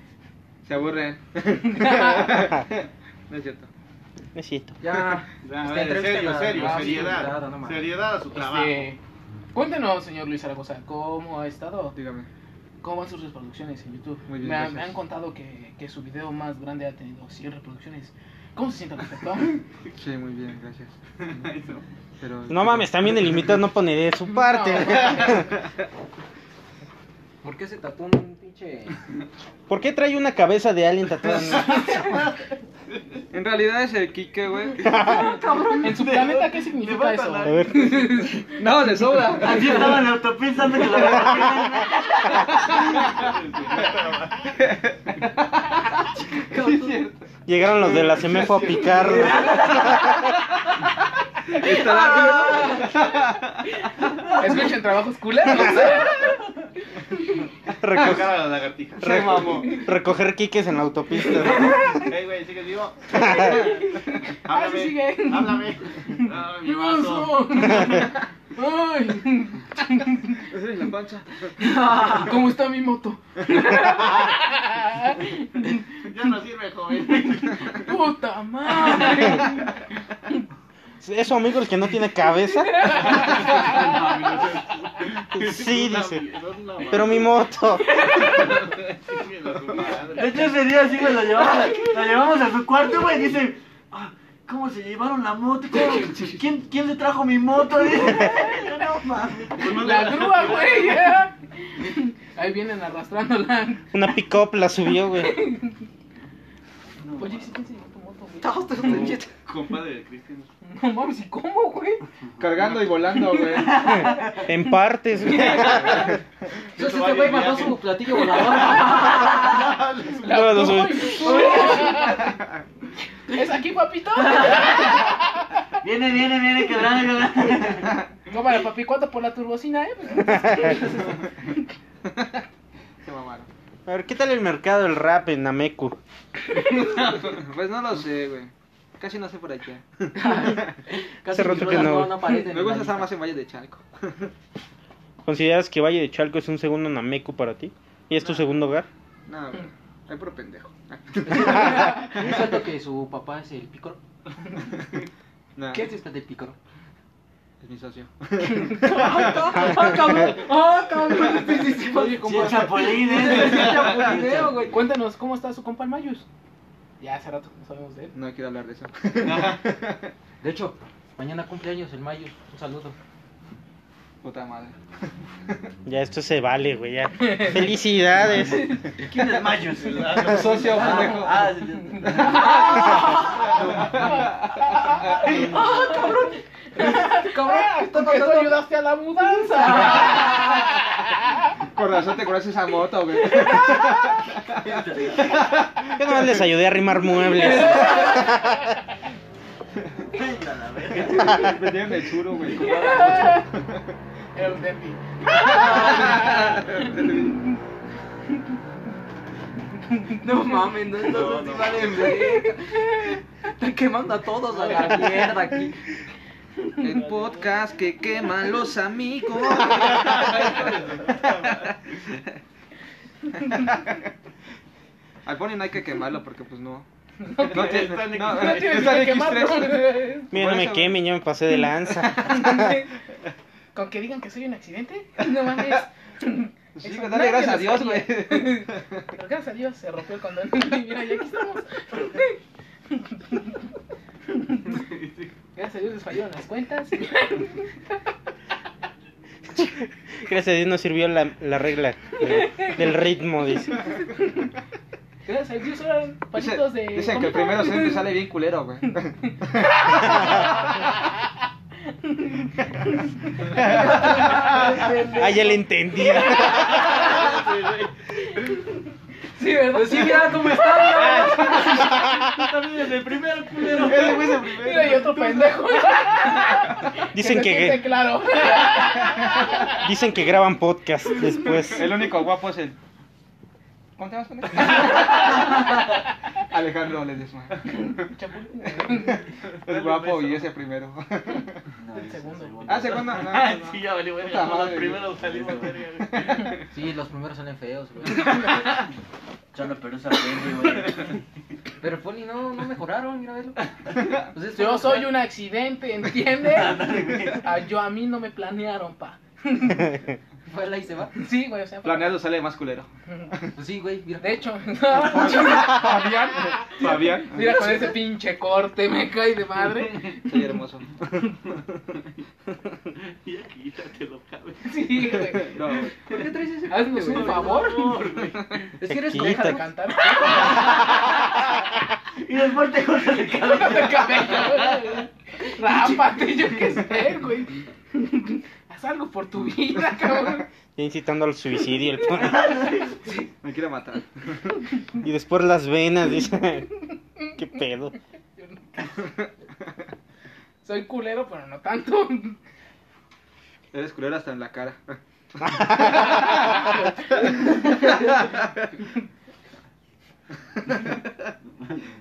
B: Este,
E: Se aburren. No es cierto.
C: no es cierto.
D: Ya. Este,
F: Ya, a ver,
D: entrevista la-
F: serio, serio,
D: la-
F: seriedad.
D: la- no mames.
F: seriedad a su trabajo.
B: Este, cuéntenos, señor Luis Zaragoza, ¿cómo ha estado?
E: Dígame.
B: ¿Cómo van sus reproducciones en YouTube?
E: Muy bien,
B: me, han,
E: gracias.
B: me han contado que, que su video más grande ha tenido 100 reproducciones. ¿Cómo se siente al respecto?
E: Sí, muy bien, gracias. Pero,
C: No mames, también el invitado no pone de su parte.
D: ¿Por qué se tatuó un pinche.?
C: ¿Por qué trae una cabeza de alien tatuada?
E: En realidad es el Kike, güey.
B: ¿En su planeta qué significa
F: Levanta
B: eso?
F: la-
C: A ver.
E: No, le sobra.
G: Así estaba en la autopista antes que la vean.
C: Llegaron los de la Semefo a picar.
E: Estará
B: Escuchen trabajos culeros.
C: Recoger,
F: Cara a la lagartija.
E: Se mamó.
C: recoger quiques en la autopista.
F: Ey, güey, sigue vivo.
B: Ah, sí, sigue.
F: Háblame. Ah, mi vaso.
B: Ay,
E: En la pancha.
B: ¿Cómo está mi moto?
F: Ya no sirve, joven.
B: ¡Puta madre!
C: ¿Es su amigo el que no tiene cabeza? Sí,
F: Es una-
C: dice.
F: es una
C: Pero mi moto.
F: chingue a su madre.
G: De hecho, ese día sí, güey, la llevamos, la llevamos a su cuarto, güey, y dice, "Ah, ¿cómo se llevaron la moto? ¿Cómo- ¿Quién, ¿Quién se trajo mi moto? Dice, Yo, no mames.
B: La grúa, güey. ya. Ahí vienen arrastrándola.
C: Una pick-up la subió, güey.
B: Oye, ¿sí quién se llevó tu moto? cheto, güey.
H: Todos los chetos.
F: Compadre de Cristian.
B: No mames, ¿y cómo, güey?
E: Cargando y volando, güey.
C: En partes, güey.
D: Entonces
F: va
D: este güey
F: bien,
D: mandó
F: bien.
D: su platillo volador.
C: No, no, soy-
B: ¿Es aquí, papito?
G: Viene, viene, viene, quebrada, quebrada.
B: Cámara, papi, ¿cuánto por la turbocina, eh? Pues,
E: Se mamaron.
C: A ver, ¿qué tal el mercado del rap en Nameku?
E: Pues no lo sé, güey. Casi no sé por aquí.
D: Casi
C: Hace rato
D: mis
C: que
D: ruedas
C: no.
D: no, no aparecen.
E: Me
D: en la
E: gusta estar
D: lista.
E: más en Valle de Chalco.
C: ¿Consideras que Valle de Chalco es un segundo Nameku para ti? ¿Y es tu segundo hogar?
E: No, güey. Hay puro pendejo.
D: ¿Es cierto que su papá es el pícoro?
E: Nah,
D: ¿Qué es esta del pícoro?
E: Es mi socio.
D: ¡Ah, cabrón! ¡Ah, cabrón! Oye,
G: Sí,
D: como
G: el chapulín, ¿eh?
D: video, güey.
B: Cuéntanos, ¿cómo está su compa el Mayus? Ya hace rato que no sabemos de él.
E: No quiero hablar de eso.
D: De hecho, mañana cumpleaños, el mayo. Un saludo.
E: Puta madre.
C: Ya, esto se vale, güey. ya. Felicidades.
G: ¿Quién es Mayus?
E: Socio, pendejo.
G: Ah, sí, sí.
H: Cabrón,
D: Ah,
H: ¿qué está
B: Porque tú
H: pasando?
B: ayudaste a la mudanza.
E: Por razón te conoces esa moto, güey.
C: Yo nomás les ayudé a arrimar muebles.
G: Venga, la verga.
E: Me dieron el churo, güey.
B: El Debbie.
D: No mames, no, no, no, vale verga. Están quemando a todos a la mierda aquí.
E: El podcast que queman los amigos. Al Pony no hay que quemarlo porque pues no. No tiene,
F: Está en
E: no,
B: No tienes
E: está
B: que
E: en X3.
B: quemarlo.
C: Mira, no me quemen, ya me pasé de lanza.
B: Con que digan que soy un accidente, no mames.
E: Sí,
B: Eso
E: güey,
B: nadie
E: dale gracias
B: lo
E: a Dios,
B: sabía.
E: güey.
B: Pero gracias a Dios se rompió el condón. Y mira, y aquí estamos. Gracias a Dios les fallaron las cuentas.
C: Gracias a Dios nos sirvió la, la regla de- del ritmo, dice.
B: Gracias a Dios eran
E: Dicen,
B: palitos de.
E: dicen que el primero siempre sale bien culero, güey.
C: Ah, ya le entendí.
B: Sí, ¿verdad?
D: Pues sí, mira cómo
E: Ah,
D: está.
G: Tú también eres el primero, culero.
E: Ese güey es el primero.
B: Mira, y otro pendejo.
C: Dicen
B: se siente
C: que,
B: Claro.
C: dicen que graban podcast después.
E: El único guapo es el. ¿Cómo te llamas, pendejo? Alejandro Ledesma.
B: Chapulín.
E: Es guapo y es el primero.
B: El segundo.
E: Ah, segundo. No,
F: Ah,
E: no, no.
F: sí, ya valió, güey.
E: Puta madre,
F: Los primeros salimos, verga, güey.
D: Sí, los primeros salen feos, güey.
G: Chalo, pero es aprende, güey.
D: Pero el poli no, no mejoraron, mira, velo. Pues es-
B: Yo soy un accidente, ¿entiendes? Ah, yo a mí no me planearon, pa.
D: Fue la y se va.
B: Sí, güey, o sea.
E: Planeado sale más culero.
D: Pues sí, güey, mira.
B: De hecho,
E: Fabián. Fabián.
B: mira con ese pinche corte, me cae de madre.
E: Soy hermoso.
F: Ya quítatelo, cabrón.
B: Sí, güey.
E: No, güey.
D: ¿Por qué traes ese
B: Haznos
D: corte,
B: un
D: güey?
B: favor.
D: Es que eres
C: Te
D: coneja de
B: de
D: canto.
B: cantar.
G: Y después te cortas el cabello.
B: Córtate el cabello, güey. Rápate, yo qué sé, güey. Haz algo por tu vida, cabrón.
C: Ya incitando al suicidio. el pony.
E: Me quiere matar.
C: Y después las venas, dice. ¿Qué pedo?
B: Soy culero, pero no tanto.
E: Eres culero hasta en la cara.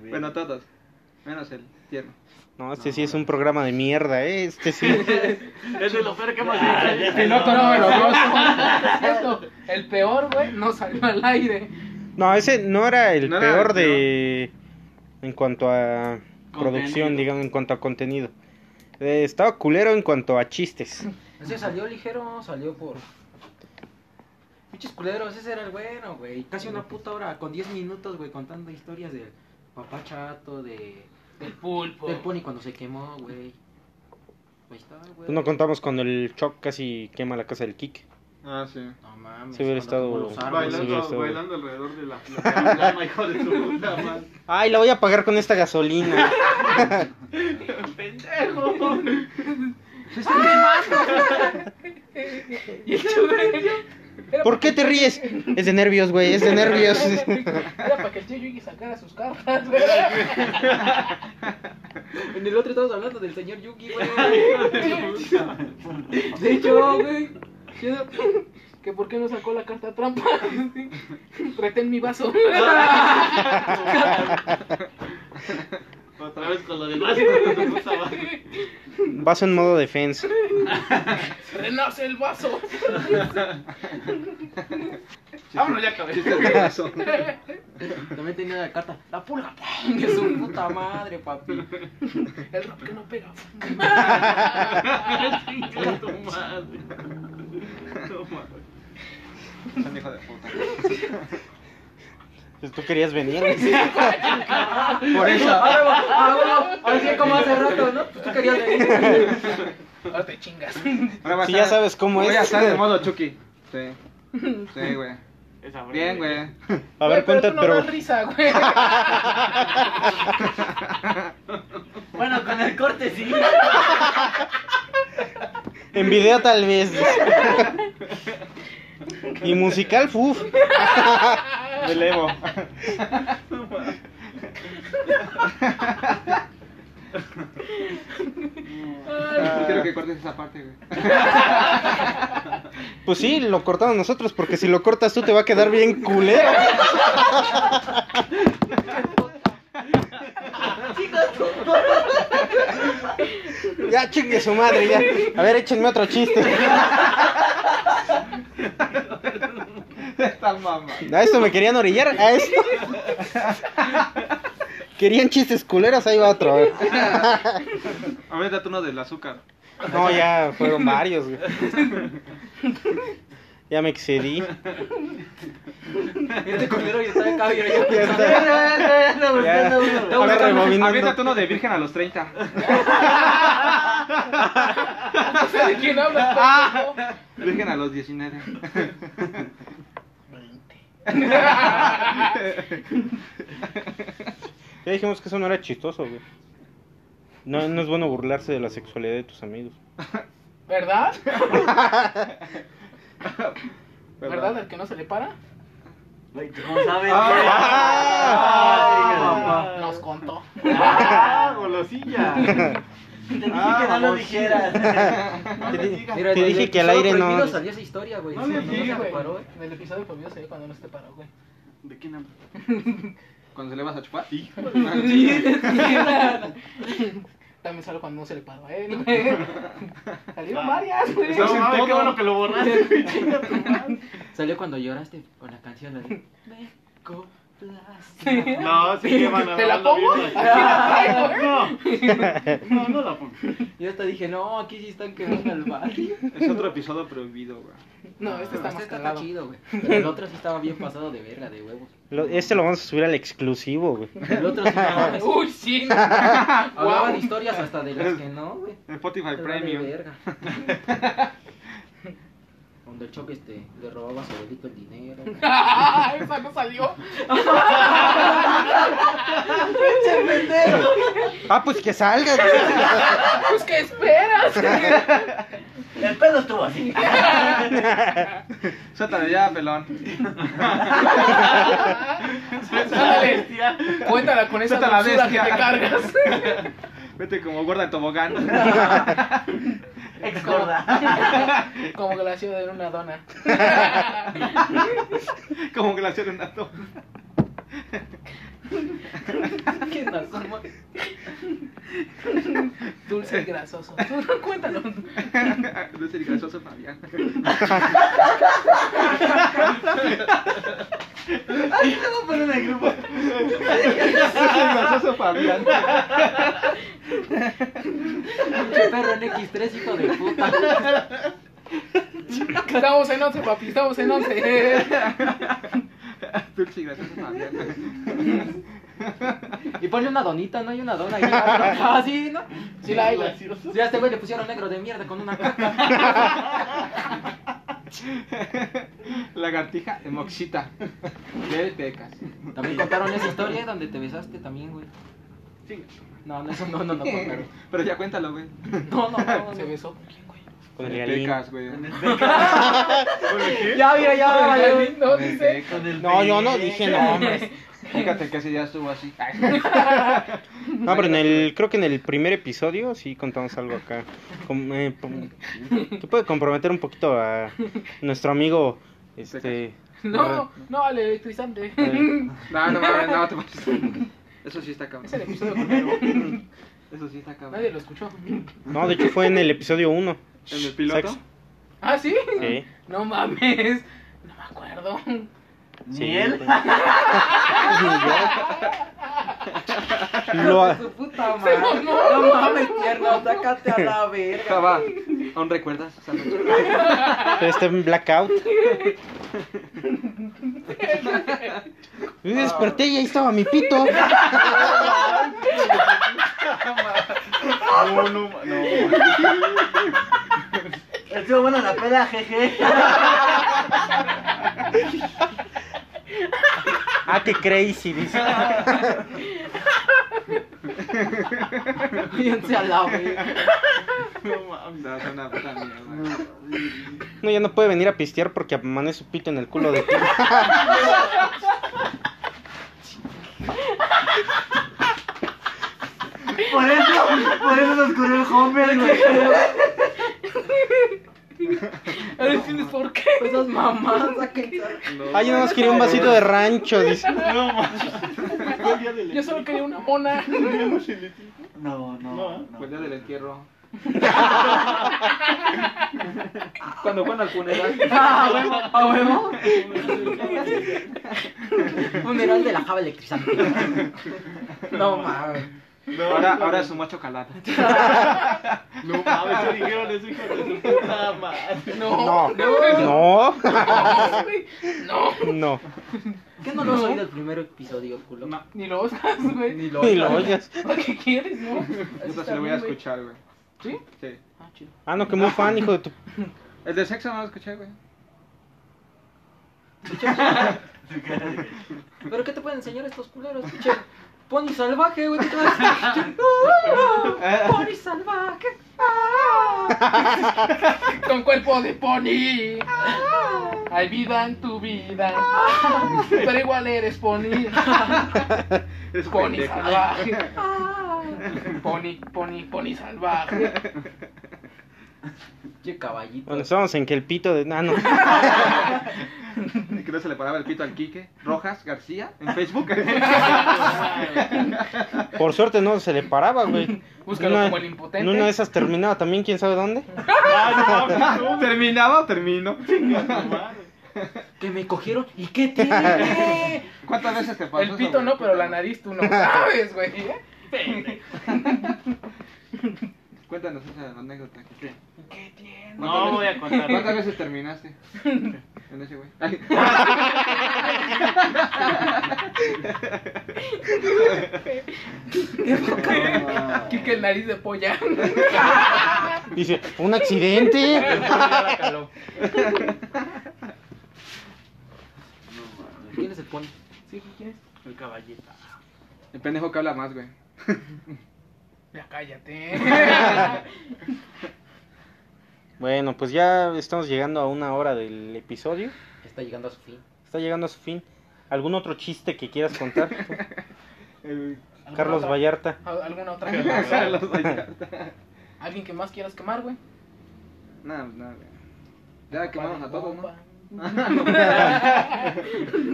E: Bueno, todos. Menos el tierno.
C: No, este sí es un programa de mierda, ¿eh? Este sí.
F: Es de lo peor que hemos hecho.
B: Piloto número dos. Es cierto, El peor, güey, no salió al aire.
C: No, ese no era el
E: No era el
C: peor de. En cuanto a producción,
F: Contenido.
C: digamos, en cuanto a contenido. Eh, estaba culero en cuanto a chistes.
D: Ese salió ligero, salió por. Pinches culeros, ese era el bueno, güey. Casi una puta hora, con 10 minutos, güey, contando historias del papá chato, de.
B: El pulpo.
D: Del pony cuando se quemó, güey. Ahí está, güey.
C: Pues No contamos cuando el Choc casi quema la casa del Kik.
F: Ah, sí.
D: No mames.
C: Sí hubiera
D: cuando
C: estado-
D: como los árboles.
C: sí,
F: Bailando,
C: está bueno.
F: bailando alrededor de la plataforma, hijo de su puta madre.
C: Ay, la voy a pagar con esta gasolina.
F: ¡Pendejo!
B: Y el churreño. era
C: ¿Por
B: pa'
C: qué te ríes? Es de nervios, güey, es de nervios.
B: Era para que el tío Yugi sacara sus cartas, güey.
D: En el otro estamos hablando del señor Yuki, güey. De hecho, güey.
B: Que por qué no sacó la carta trampa. Retén mi vaso.
F: Otra vez con lo demás, hijo de su puta madre.
C: Vas en modo defensa.
B: Renace el vaso.
F: Vámonos, ya acabé.
D: También tenía la carta. La pulga. Que es su puta madre, papi.
B: El rap que no pega.
F: Chinga tu madre. No mames.
E: Son hijo de puta.
C: Pues tú querías venir.
D: Por eso. Ahora, bueno, ahora, Ah, bueno, ahora sí, como hace rato, ¿no? Pues tú querías venir.
B: Ahora te chingas.
E: Ahora va a
C: Si ya
E: estar-
C: sabes cómo
E: Voy a
C: es.
E: estar en modo Chucky. Sí. Sí, güey.
G: Esa fue-
E: Bien, güey.
C: A
B: Güey,
C: ver, cuenta,
B: tú no
C: pero.
B: das risa, güey.
G: Bueno, con el corte sí.
C: En video tal vez. Y musical, uff.
E: Me levo.
C: Ah.
E: Quiero que cortes esa parte, güey.
C: Pues sí, lo cortamos nosotros, porque si lo cortas tú te va a quedar bien culero. Ya chingue su madre, ya. A ver, échenme otro chiste.
E: Esta mamá.
C: A esto me querían orillar, a esto. Querían chistes culeros, ahí va otro. a ver.
E: A ver, date uno del azúcar.
C: No, ya fueron varios, güey. Ya me excedí.
D: Este culero ya está de cabello. Ya
C: Ya
D: está.
C: está. Ya.
D: uno.
C: A ver, rebobinando.
E: Aviéntate uno de virgen a los 30.
B: No sé de quién hablas. pendejo.
E: Virgen a los 19.
C: Ya dijimos que eso no era chistoso, güey. No, no es bueno burlarse de la sexualidad de tus amigos.
B: ¿Verdad? ¿Verdad? ¿El que no se le para?
G: Güey, ¿tú ¿Cómo sabes?
E: Ay. Ah.
G: Ay,
B: Nos contó.
F: ¡Ah, golosilla!
G: Te dije
E: Ah,
G: que no lo
E: vamos.
G: dijeras.
F: No le digas.
D: Mira,
C: Te
D: en el
C: dije que al
D: episodio
C: aire no-
D: prohibido salió esa historia, güey.
F: No
D: Sí,
F: le
D: no
F: digas,
D: se
B: güey.
D: paró, eh.
B: En el episodio prohibido se ve cuando no se te paró, güey.
G: ¿De quién hablas?
E: Cuando se le vas a chupar.
B: También sale cuando no se le paró a él, güey. Salieron varias, güey.
F: No mames, qué bueno que lo borraste. güey. Chinga tu madre.
D: Salió cuando lloraste con la canción. la de- Me complace.
F: No, sí que van a
B: ¿Te la pongo? Ah.
F: bien.
B: Aquí la traigo,
F: No, no, no la pongo.
D: Yo hasta dije, no, aquí sí están quedando al barrio.
E: Es otro episodio prohibido, güey.
B: No, este está más
D: Este
B: cagado.
D: chido, güey. Pero el otro sí estaba bien pasado de verga, de huevos.
C: Lo- este lo vamos a subir al exclusivo, güey.
D: El otro sí estaba.
B: Uy, sí. no.
D: Hablaban historias hasta de las que no, güey.
E: En Spotify
D: Estaba de
E: Premium.
D: verga. Cuando el choque este, le robaba a su abuelito el dinero.
B: Ah, Esa no salió.
C: Ah, pues que salga, güey.
B: Pues, ¿qué esperas?
G: El pedo estuvo así.
E: Suéltale ya, pelón.
B: Dale. Cuéntala con esa
E: Suéltala,
B: dulzura que
E: bestia.
B: te cargas.
E: Vete como gorda en tobogán.
G: Ex gorda.
B: Como que la ciudad era una dona.
E: como que la hicieron una toma.
D: ¿Qué razón, güey?
B: Dulce y grasoso. Cuéntalo.
E: Luis el grasoso Fabián.
G: ¿Cómo ponen el grupo?
E: Luis el grasoso Fabián.
D: Pinche perro en X3, hijo de puta.
B: Estamos en once, papi. Estamos en once.
E: Dulce y grasoso Fabián.
D: Y ponle una donita, no hay una dona ahí. Ah, sí, ¿no?
B: Sí la hay, güey.
D: Sí, a este güey le pusieron negro de mierda con una caca.
E: Lagartija moxita. De pecas.
D: También contaron esa historia donde te besaste también, güey.
E: Sí.
D: No, no, eso no, no, no contaron.
E: Pero ya cuéntalo, güey.
D: No, no, no.
B: Se
D: no.
B: besó.
C: Con el
E: De
C: galín.
E: pecas, güey.
D: Ya, mira, ya,
B: Ah,
D: vaya.
B: Galín, no, dice.
G: Con el
C: No, yo no
G: pene.
C: dije nombres.
E: Fíjate que ese ya estuvo así.
C: No, pero en el, creo que en el primer episodio sí contamos algo acá. Com- eh, pom- que puede comprometer un poquito a nuestro amigo, este...
B: No, no, al electrizante.
C: Eh,
E: No, no mames, no te pases. Eso sí está cabrón.
B: Es el episodio primero.
E: Eso sí está cabrón.
B: Nadie lo escuchó.
C: No, de hecho fue en el episodio 1.
E: ¿En el piloto?
B: ¿Ah, sí?
C: Sí.
B: No mames. No me acuerdo.
C: sí.
E: Ah.
G: Ni él.
C: Lo,
H: Su puta madre. No mames, tierno, sácate a la verga.
E: Estaba. ¿Aún recuerdas? esa noche?
C: Pero está en blackout. Yo desperté y ahí estaba mi pito.
F: No, no, no. no.
G: Estuvo buena la peda, jeje.
C: Ah, qué crazy, dice.
D: Cuídense al lado, güey.
E: No, es una puta mierda.
C: No, ya no puede venir a pistear porque amanece su pito en el culo de ti.
G: Por eso, por eso nos corrió el Homer, güey.
B: Ahora entiendes por qué.
H: Esas mamás, sáquense.
C: Ah, yo nada más quería un vasito de rancho, dice.
F: No, manches. Fue el día del
B: Yo solo quería una mona.
G: No,
F: ¿eh?
G: no,
F: Pues,
E: Fue el
G: no.
E: día del entierro. Cuando fueron al funeral.
D: Ah, huevo, a huevo. Funeral de la java electrizante. No mames.
F: No,
E: Ahora,
F: no,
E: ahora
F: no.
E: sumó chocolate.
F: No mames, se dijeron eso, hijo de su puta madre.
C: No. No.
B: No, güey. No.
C: No.
D: ¿Qué no lo has oído el primer episodio, culo?
E: No.
B: Ni lo buscas, güey. Ni
C: Ni lo oigas.
B: ¿Qué quieres, no? Así
E: Esta sí
B: está
E: lo voy a
B: bien, güey.
E: escuchar, güey.
B: ¿Sí?
E: Sí.
B: Ah, chido.
C: Ah, no, que muy fan, hijo de tu.
E: El de sexo no lo escuché, güey.
D: ¿Pero qué te pueden enseñar estos culeros? Pinche pony salvaje, güey. ¿qué te van a enseñar? Pony salvaje. Ah.
B: Con cuerpo de pony. Hay vida en tu vida. Pero igual eres pony.
E: Eres un
B: Pony
E: pendejo.
F: Ah.
B: salvaje. Pony, pony, pony salvaje.
D: Pinche caballito.
C: Bueno, estábamos en que el pito de. Ah, no.
E: Que no se le paraba el pito al Quique. Rojas García en Facebook.
C: Por suerte no se le paraba, güey.
B: Búscalo
C: Una-
B: como el impotente.
C: en Una de esas terminaba también, quién sabe dónde.
F: Ah,
E: ¿Terminaba o termino?
D: Que me cogieron. ¿Y qué tiene?
E: ¿Cuántas veces te pasó?
B: El
E: eso,
B: pito
E: güey?
B: no, pero la nariz tú no sabes, güey.
E: Cuéntanos esa anécdota. Quique.
B: ¿Qué tiene?
E: ¿Cuántas
F: No voy
E: veces-
F: a contar.
E: ¿Cuántas veces terminaste? En ese güey. Ay.
B: Kike el nariz de polla.
C: Dice, ¿un accidente?
D: ¿Quién es el pony?
B: ¿Sí? ¿Quién es?
F: El caballeta.
E: El pendejo que habla más, güey.
B: Ya cállate.
C: Bueno, pues ya estamos llegando a una hora del episodio.
D: Está llegando a su fin.
C: Está llegando a su fin. ¿Algún otro chiste que quieras contar? Carlos
B: otra?
C: Vallarta.
B: ¿Al- ¿Alguna otra?
E: Carlos Vallarta.
B: ¿Alguien que más quieras quemar, güey?
E: Nada, pues nada, güey. Ya quemamos a todos, ¿no?
B: Bomba.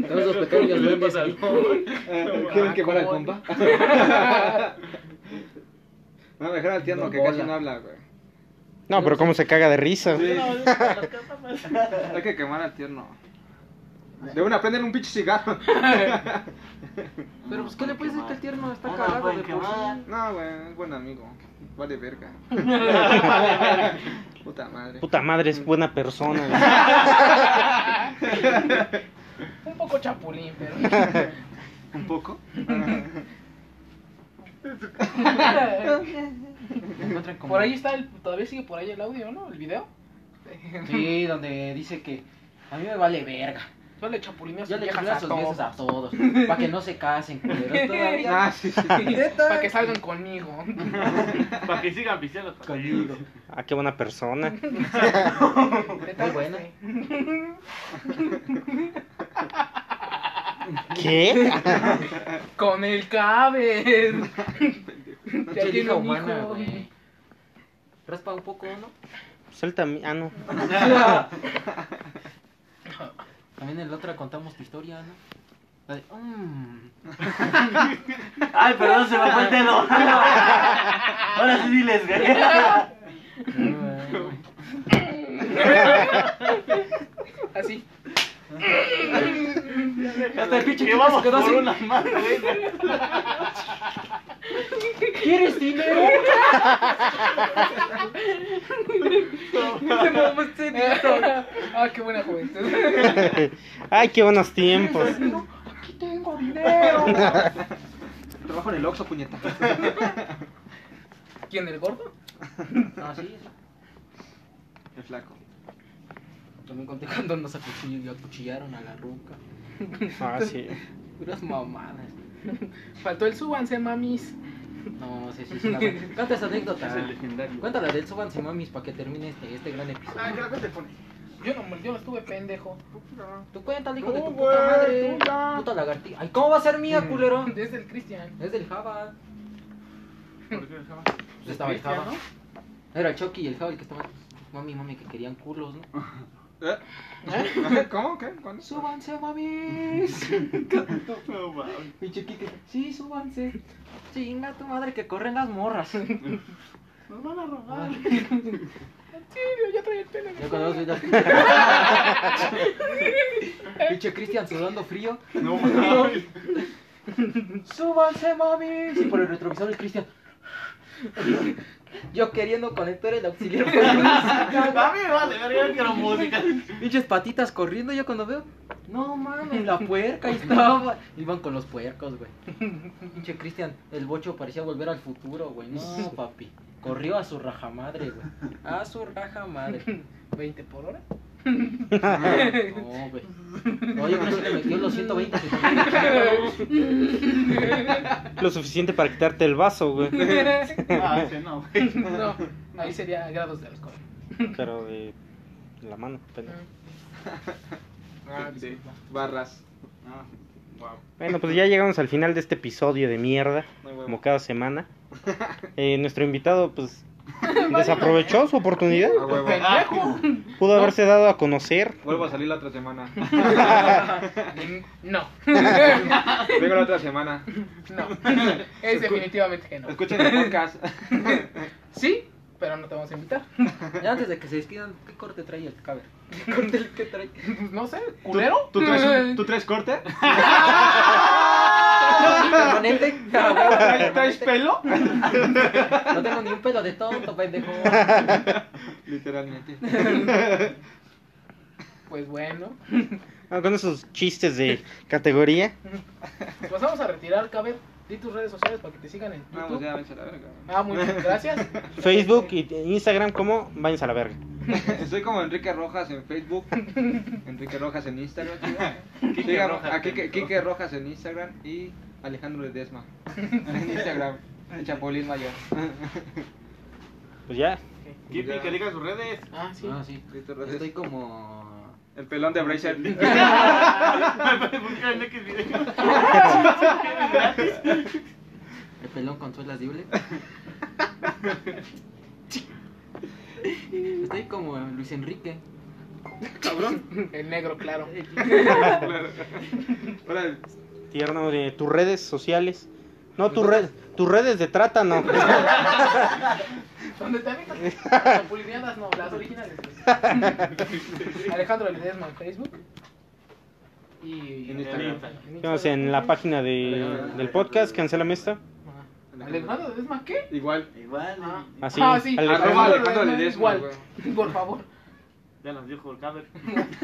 D: Todos los pequeños
F: pues,
D: duendes ahí.
E: Ah, ¿Quieren quemar al
B: ¿cómo?
E: compa? No, mejor al tierno que
D: Bola.
E: casi no habla, güey.
C: No, pero cómo se caga de risa.
E: Hay que quemar al tierno. De una, prenden un pinche cigarro.
D: Pero pues, ¿qué le puedes decir que el tierno está
G: Una
D: cagado
G: buena
D: de por
G: quemada.
D: sí?
E: No, güey, es buen amigo. Vale verga. Puta madre.
C: Puta madre, es buena persona.
B: Un poco chapulín, pero.
E: ¿Un poco?
D: Encuentran como-
B: por ahí está el. Todavía sigue por ahí el audio, ¿no? El video.
D: Sí, donde dice que a mí me vale verga.
B: Yo le chapulineo a
D: Yo
B: sus
D: le
B: viejas
D: quiero a
B: a
D: sus viejas
B: todos.
D: a todos. Para que no se casen, culeros. Todavía
E: Ah, sí, sí.
H: Neta.
B: Para que salgan conmigo.
F: Para que sigan viciando.
D: conmigo.
C: Ah, qué buena persona.
B: Muy
D: buena.
C: ¿Qué?
B: Con el caber. ya
D: Pinche
B: tiene
D: liga
B: un
D: humana,
B: hijo. eh.
D: güey. Raspa un poco, ¿no?
C: Suelta mi. Ah, no.
D: También en la otra contamos tu historia, ¿no? La de, mm,
G: Ay, perdón, se me fue el dedo. Ahora sí diles, güey.
B: Así.
D: Hasta el pinche que
F: Llevamos
D: se quedó
F: por
D: así.
F: una más, güey.
D: ¿Quieres dinero?
B: ah, qué buena juventud.
C: Ay, qué buenos tiempos.
B: Aquí tengo dinero.
E: Trabajo en el Oxxo, puñeta.
B: ¿Quién, el gordo?
D: Ah, sí. sí.
E: El flaco.
D: También conté cuando nos acuchill- acuchillaron a la ruca.
C: Ah, sí.
D: Puras mamadas.
B: Faltó el súbanse, mamis.
D: No, sí, sí, sí. la verdad. Cuenta esa anécdota.
F: Es el legendario.
D: Cuéntala del súbanse mamis para que termine este, este gran episodio.
F: Ah, que la cuente, pone.
B: Yo no, yo no estuve pendejo.
D: Tú cuéntale, hijo
F: Tú,
D: de tu
F: güey,
D: puta madre.
F: tú ya.
D: Puta lagartija. Ay, ¿cómo va a ser mía, culero?
B: Desde el Cristian.
D: Es del Java.
F: ¿Por qué el jabón?
D: Pues estaba el
B: Cristian,
D: Java. Era el Chucky y el Java el que estaban. Mami, mami, que querían culos, ¿no?
E: ¿Eh?
D: ¿Eh?
E: ¿Cómo? ¿Qué? ¿Cuándo?
D: ¡Súbanse, mamis!
F: No, mames.
D: Y Chucky que. Sí, súbanse. Chinga tu madre que corren las morras.
F: Nos van a robar.
B: Yo ya traía el pelo.
D: Yo con dos vidas. Pinche Cristian sudando frío.
F: No, mames.
D: ¡Súbanse, mami! Y por el retrovisor el Cristian. Yo queriendo conectar el auxiliar. por la música.
F: A mí me vale, verga, yo quiero música.
D: Pinches patitas corriendo. Yo cuando veo. No mames, la puerca ahí estaba. Iban con los puercos, güey. Pinche Cristian, el bocho parecía volver al futuro, güey. No, papi. Corrió a su rajamadre, güey. A su rajamadre.
B: 20 por hora.
D: No, güey. No, yo creo que sí le metió los 120 que tenía.
C: Lo suficiente para quitarte el vaso, güey.
F: Ah, ese no, güey.
B: No, ahí sería grados de alcohol.
C: Pero de la mano. pendejo.
E: Ah, de barras. Ah, wow.
C: Bueno, pues ya llegamos al final de este episodio de mierda. Como cada semana. Eh, nuestro invitado, pues, desaprovechó su oportunidad.
E: A huevo.
B: ¡Pendejo!
C: Pudo haberse dado a conocer.
E: Vuelvo a salir la otra semana.
B: No,
E: Vengo la otra semana.
B: no. Es definitivamente que no.
E: Escuchen el podcast.
B: Sí, pero no te vamos a invitar.
D: Ya antes de que se despidan, ¿qué corte trae el caber? ¿Qué corte qué trae?
B: Pues No sé, culero.
E: ¿Tú traes, un- ¿tú traes corte?
D: ¿Permanente? Ah, güey,
E: ¿Traes, traes
D: permanente.
E: pelo?
D: No tengo ni un pelo de tonto, pendejo.
E: Literalmente.
B: Pues bueno,
C: Ah, Con esos chistes de categoría.
B: nos vamos a retirar, caber. Di tus redes sociales para que te sigan en
E: No, pues
B: YouTube.
E: ya, vence la verga.
B: Ah, muy bien, gracias.
C: Facebook y Instagram, como Váyanse a la verga.
E: Soy como Enrique Rojas en Facebook. Enrique Rojas en Instagram.
F: Quique
E: Sigan
F: Rojas,
E: a Quique,
F: pendejo.
E: Quique Rojas en Instagram y Alejandro Ledesma en Instagram. El Chapulín Mayor.
C: Pues ya.
F: Kipi, que digan sus redes.
B: Ah, sí.
D: Ah, sí.
E: Listo, redes.
D: Estoy como...
E: El pelón de Bracer.
F: Busca en X video.
D: El pelón con suelas de hule. Estoy como Luis Enrique.
B: El negro, claro.
E: Ahora,
C: Tierno de tus redes sociales. No, tu red, tus redes de trata, no.
B: Donde te avientas las chapulineadas, no, las originales. pues. Alejandro Ledesma en Facebook. Y
E: En Instagram.
C: Estamos en la página de, del podcast, cancelame esta.
B: Ah, ¿Alejandro Ledesma qué?
E: Igual.
G: Igual.
B: Ah.
C: Así,
B: Ah, sí.
E: Arroba
C: Alejandro.
E: Alejandro Ledesma,
B: Igual, por favor.
F: Ya nos dijo el caber.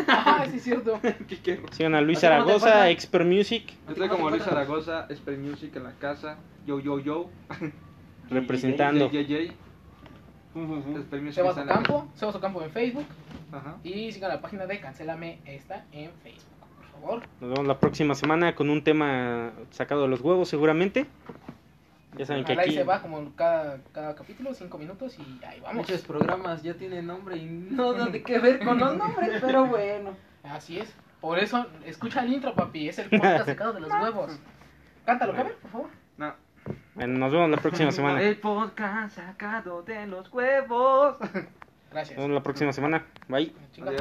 B: Ah, sí, cierto.
E: Quique Rojas.
C: Sigan a Luis
D: Así como te
C: Zaragoza,
D: encuentran.
C: Expert Music,
E: Yo soy como Luis Zaragoza, Esper Music en la casa. Yo, yo, yo.
C: representando.
E: JJJ. Esper Music
B: Sebas
E: está en la
B: Ocampo, Sebas Ocampo en Facebook.
E: Ajá.
B: Y sigan la página de Cancélame Esta en Facebook, por favor.
C: Nos vemos la próxima semana con un tema sacado de los huevos, seguramente. Ya saben que
B: Ojalá y
C: aquí.
B: se va como cada, cada capítulo, cinco minutos y ahí vamos.
D: Muchos programas ya tienen nombre y no da de qué ver con los nombres, pero bueno.
B: Así es. Por eso, escucha el intro, papi. Es el podcast sacado de los huevos. Cántalo, Kevin, por favor.
E: No.
C: Bueno, nos vemos la próxima semana. Nos
E: El podcast sacado de los huevos.
B: Gracias.
C: vemos la próxima semana. Bye.
B: Chinga.